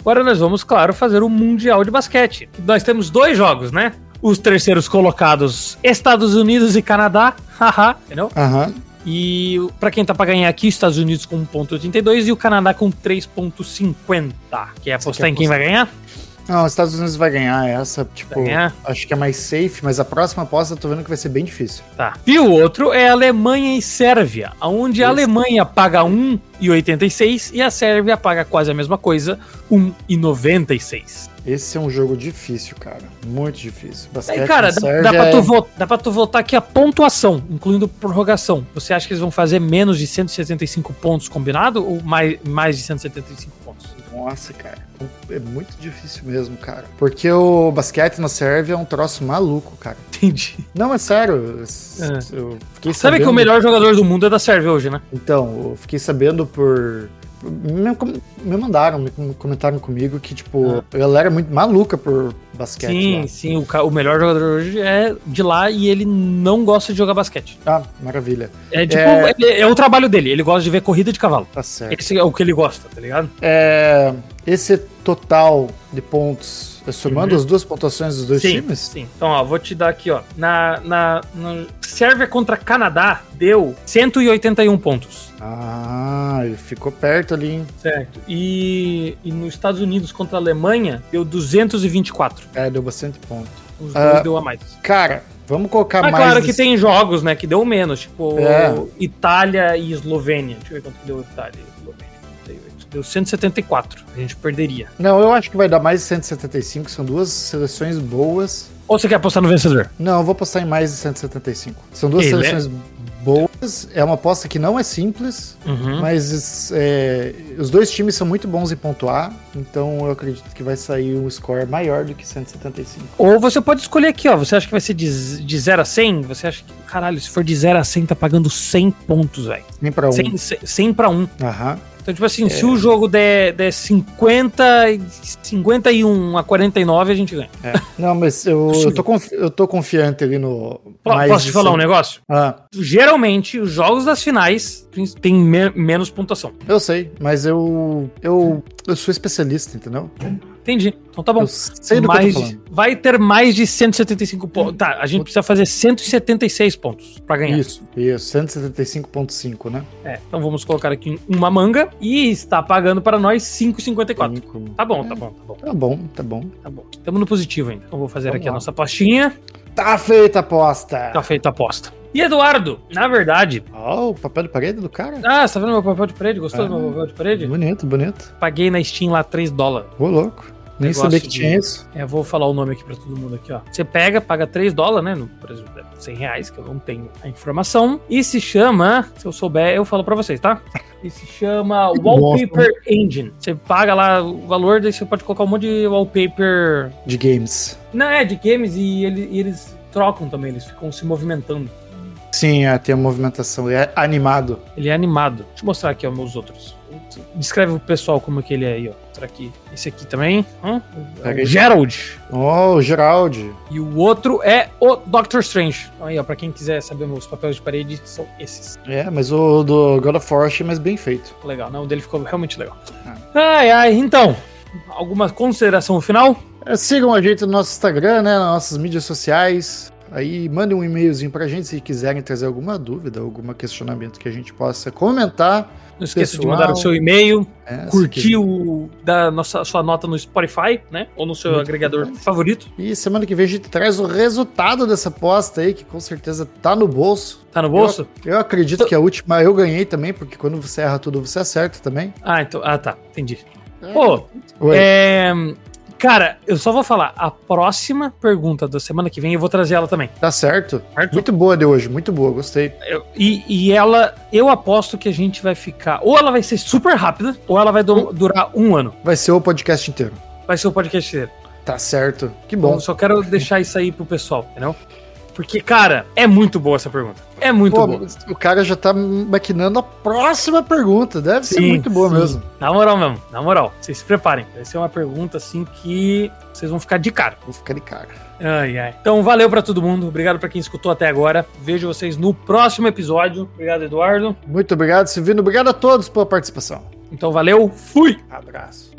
S1: Agora nós vamos, claro, fazer o Mundial de Basquete. Nós temos dois jogos, né? Os terceiros colocados, Estados Unidos e Canadá. Haha, entendeu?
S2: Aham.
S1: E o- pra quem tá pra ganhar aqui, Estados Unidos com 1,82 e o Canadá com 3,50. Quer apostar
S2: quer
S1: em quem vai ganhar?
S2: Não, os Estados Unidos vai ganhar essa, tipo,
S1: Vai ganhar?
S2: acho que é mais safe, mas a próxima aposta eu tô vendo que vai ser bem difícil.
S1: Tá. E o outro é Alemanha e Sérvia, onde a
S2: Isso.
S1: Alemanha paga 1,86 e a Sérvia paga quase a mesma coisa, 1,96.
S2: Esse é um jogo difícil, cara. Muito difícil. Basquete
S1: Aí, cara,
S2: não
S1: dá,
S2: serve,
S1: dá pra tu
S2: é-
S1: vo- dá pra tu votar aqui a pontuação, incluindo prorrogação. Você acha que eles vão fazer menos de 175 pontos combinado ou mais, mais de 175 pontos?
S2: Nossa, cara. É muito difícil mesmo, cara. Porque o basquete na Sérvia é um troço maluco, cara.
S1: Entendi.
S2: Não, é sério. s-
S1: É.
S2: Eu fiquei
S1: Sabe que o
S2: sabendo-
S1: melhor jogador do mundo é da Sérvia hoje, né?
S2: Então, eu fiquei sabendo por. Me, com- me mandaram, me com- comentaram comigo que, tipo, a galera é muito maluca por
S1: Ah.
S2: basquete.
S1: Sim,
S2: lá.
S1: sim. O, ca- o melhor jogador hoje é de lá e ele não gosta de jogar basquete.
S2: Ah, maravilha.
S1: É tipo,
S2: É.
S1: é, é o trabalho dele. Ele gosta de ver corrida de cavalo.
S2: Tá certo.
S1: Esse é o que ele gosta, tá ligado?
S2: É, esse total de pontos é somando
S1: Uhum.
S2: as duas pontuações dos dois
S1: sim,
S2: times?
S1: Sim. Então, ó, vou te dar aqui, ó. Na, na, na Sérvia contra Canadá deu 181 pontos.
S2: Ah, ele ficou perto ali, hein?
S1: Certo. E, e nos Estados Unidos contra a Alemanha deu 224.
S2: É, deu bastante ponto.
S1: Os
S2: Ah,
S1: dois deu a mais.
S2: Cara, vamos colocar
S1: Mas
S2: mais.
S1: Ah, claro que
S2: nesse-
S1: tem jogos, né, que deu menos, tipo
S2: É.
S1: Itália e Eslovênia. Deixa eu ver quanto que deu Itália e Eslovênia. 48. Deu 174. A gente perderia.
S2: Não, eu acho que vai dar mais de 175, são duas seleções boas.
S1: Ou você quer apostar no vencedor?
S2: Não, eu vou postar em mais de 175. São duas
S1: Ele é-
S2: seleções boas. É uma aposta que não é simples,
S1: Uhum.
S2: mas é, os dois times são muito bons em pontuar, então eu acredito que vai sair um score maior do que 175.
S1: Ou você pode escolher aqui, ó. Você acha que vai ser de, z- de 0 a 100? Você acha que, caralho, se for de 0 a 100, tá pagando 100 pontos, velho.
S2: Nem pra um.
S1: 100, 100 pra 1.
S2: Aham.
S1: Então, tipo assim,
S2: É.
S1: se o jogo der, der 50, e- 51 a 49, a gente ganha.
S2: Não, mas eu,
S1: Possível.
S2: eu, tô confi- eu tô confiante ali no.
S1: Ó,
S2: mais
S1: Posso
S2: de
S1: te falar um
S2: 100.
S1: negócio?
S2: Ah,
S1: Geralmente, os jogos das finais têm me- menos pontuação.
S2: eu sei, mas eu, eu. Eu sou especialista, entendeu?
S1: Entendi. Então tá bom.
S2: eu sei do
S1: mais,
S2: que eu tô falando.
S1: vai ter mais de 175 pontos. Tá, a gente precisa fazer 176 pontos pra ganhar.
S2: Isso, isso, 175.5, né?
S1: É, então vamos colocar aqui uma manga e está pagando para nós 5,54.
S2: Cinco.
S1: Tá bom, tá bom, tá bom,
S2: Tá bom, tá bom.
S1: tá bom. Estamos no positivo ainda. Então vou fazer
S2: Vamos
S1: aqui a
S2: lá.
S1: nossa pastinha.
S2: Tá feita a aposta!
S1: Tá feita a aposta. E Eduardo, na verdade.
S2: Ó, o papel de parede do cara.
S1: Ah, você tá vendo meu papel de parede? Gostou do meu papel de parede?
S2: Bonito, bonito.
S1: Paguei na Steam lá 3 dólares.
S2: Ô, louco. Nem
S1: Negócio
S2: sabia que
S1: de-
S2: tinha isso.
S1: Eu vou falar o nome aqui pra todo mundo aqui, ó. Você pega, paga 3 dólares, né? No preço de 100 reais, que eu não tenho a informação. E se chama, se eu souber, eu falo pra vocês, tá? E se chama
S2: Que
S1: Wallpaper Engine. Você paga lá o valor, daí você pode colocar um monte de wallpaper.
S2: De games.
S1: Não, é de games e, ele- e eles trocam também, eles ficam se movimentando.
S2: Sim, é, tem a movimentação. É animado.
S1: Ele é animado. Deixa eu mostrar aqui, ó, meus outros. Descreve o pessoal como que ele é aí, ó. Mostra aqui. Esse aqui também. Hã? É
S2: Pega
S1: o
S2: aí.
S1: Gerald.
S2: Ó, o Geraldi.
S1: E o outro é o Doctor Strange. Então aí, ó, pra quem quiser saber meus papéis de parede, são esses.
S2: É, mas o do God of War achei mais bem feito.
S1: Legal, não? O dele ficou realmente legal.
S2: Ah.
S1: Ai, ai, então. Alguma consideração final?
S2: É, sigam a gente no nosso Instagram, né? Nas nossas mídias sociais. Aí mandem um e-mailzinho pra gente se quiserem trazer alguma dúvida, algum questionamento que a gente possa comentar.
S1: Não esqueça de
S2: Pessoal.
S1: mandar o seu e-mail,
S2: né, se
S1: curtir o, da nossa, sua nota no Spotify, né? Ou no seu
S2: Muito
S1: agregador
S2: bom.
S1: favorito.
S2: E semana que vem a gente traz o resultado dessa aposta aí, que com certeza tá no bolso.
S1: Tá no bolso?
S2: Eu acredito que a última eu ganhei também, porque quando você erra tudo, você acerta também.
S1: Ah, então. Ah, tá. Entendi. Pô,
S2: Ué,
S1: É, cara, eu só vou falar. A próxima pergunta da semana que vem eu vou trazer ela também.
S2: tá certo.
S1: Certo.
S2: Muito boa de hoje, muito boa, gostei.
S1: Eu- e, e ela, eu aposto que a gente vai ficar. Ou ela vai ser super rápida, ou ela vai du- durar um ano.
S2: Vai ser o podcast inteiro.
S1: Vai ser o podcast inteiro.
S2: Tá certo. Que
S1: Bom.
S2: bom.
S1: Eu só quero deixar isso aí pro pessoal, entendeu? Porque, cara, é muito boa essa pergunta. É muito
S2: Pô,
S1: boa.
S2: o cara já tá maquinando a próxima pergunta. Deve ser
S1: Sim,
S2: muito boa
S1: sim.
S2: mesmo.
S1: Na moral mesmo, na moral. Vocês se preparem. Vai ser uma pergunta assim que vocês vão ficar de cara.
S2: Vou ficar de cara.
S1: Ai, ai. Então, valeu pra todo mundo. Obrigado pra quem escutou até agora. Vejo vocês no próximo episódio. Obrigado, Eduardo.
S2: Muito obrigado, Silvino. Obrigado a todos pela participação.
S1: Então valeu, fui!
S2: Abraço.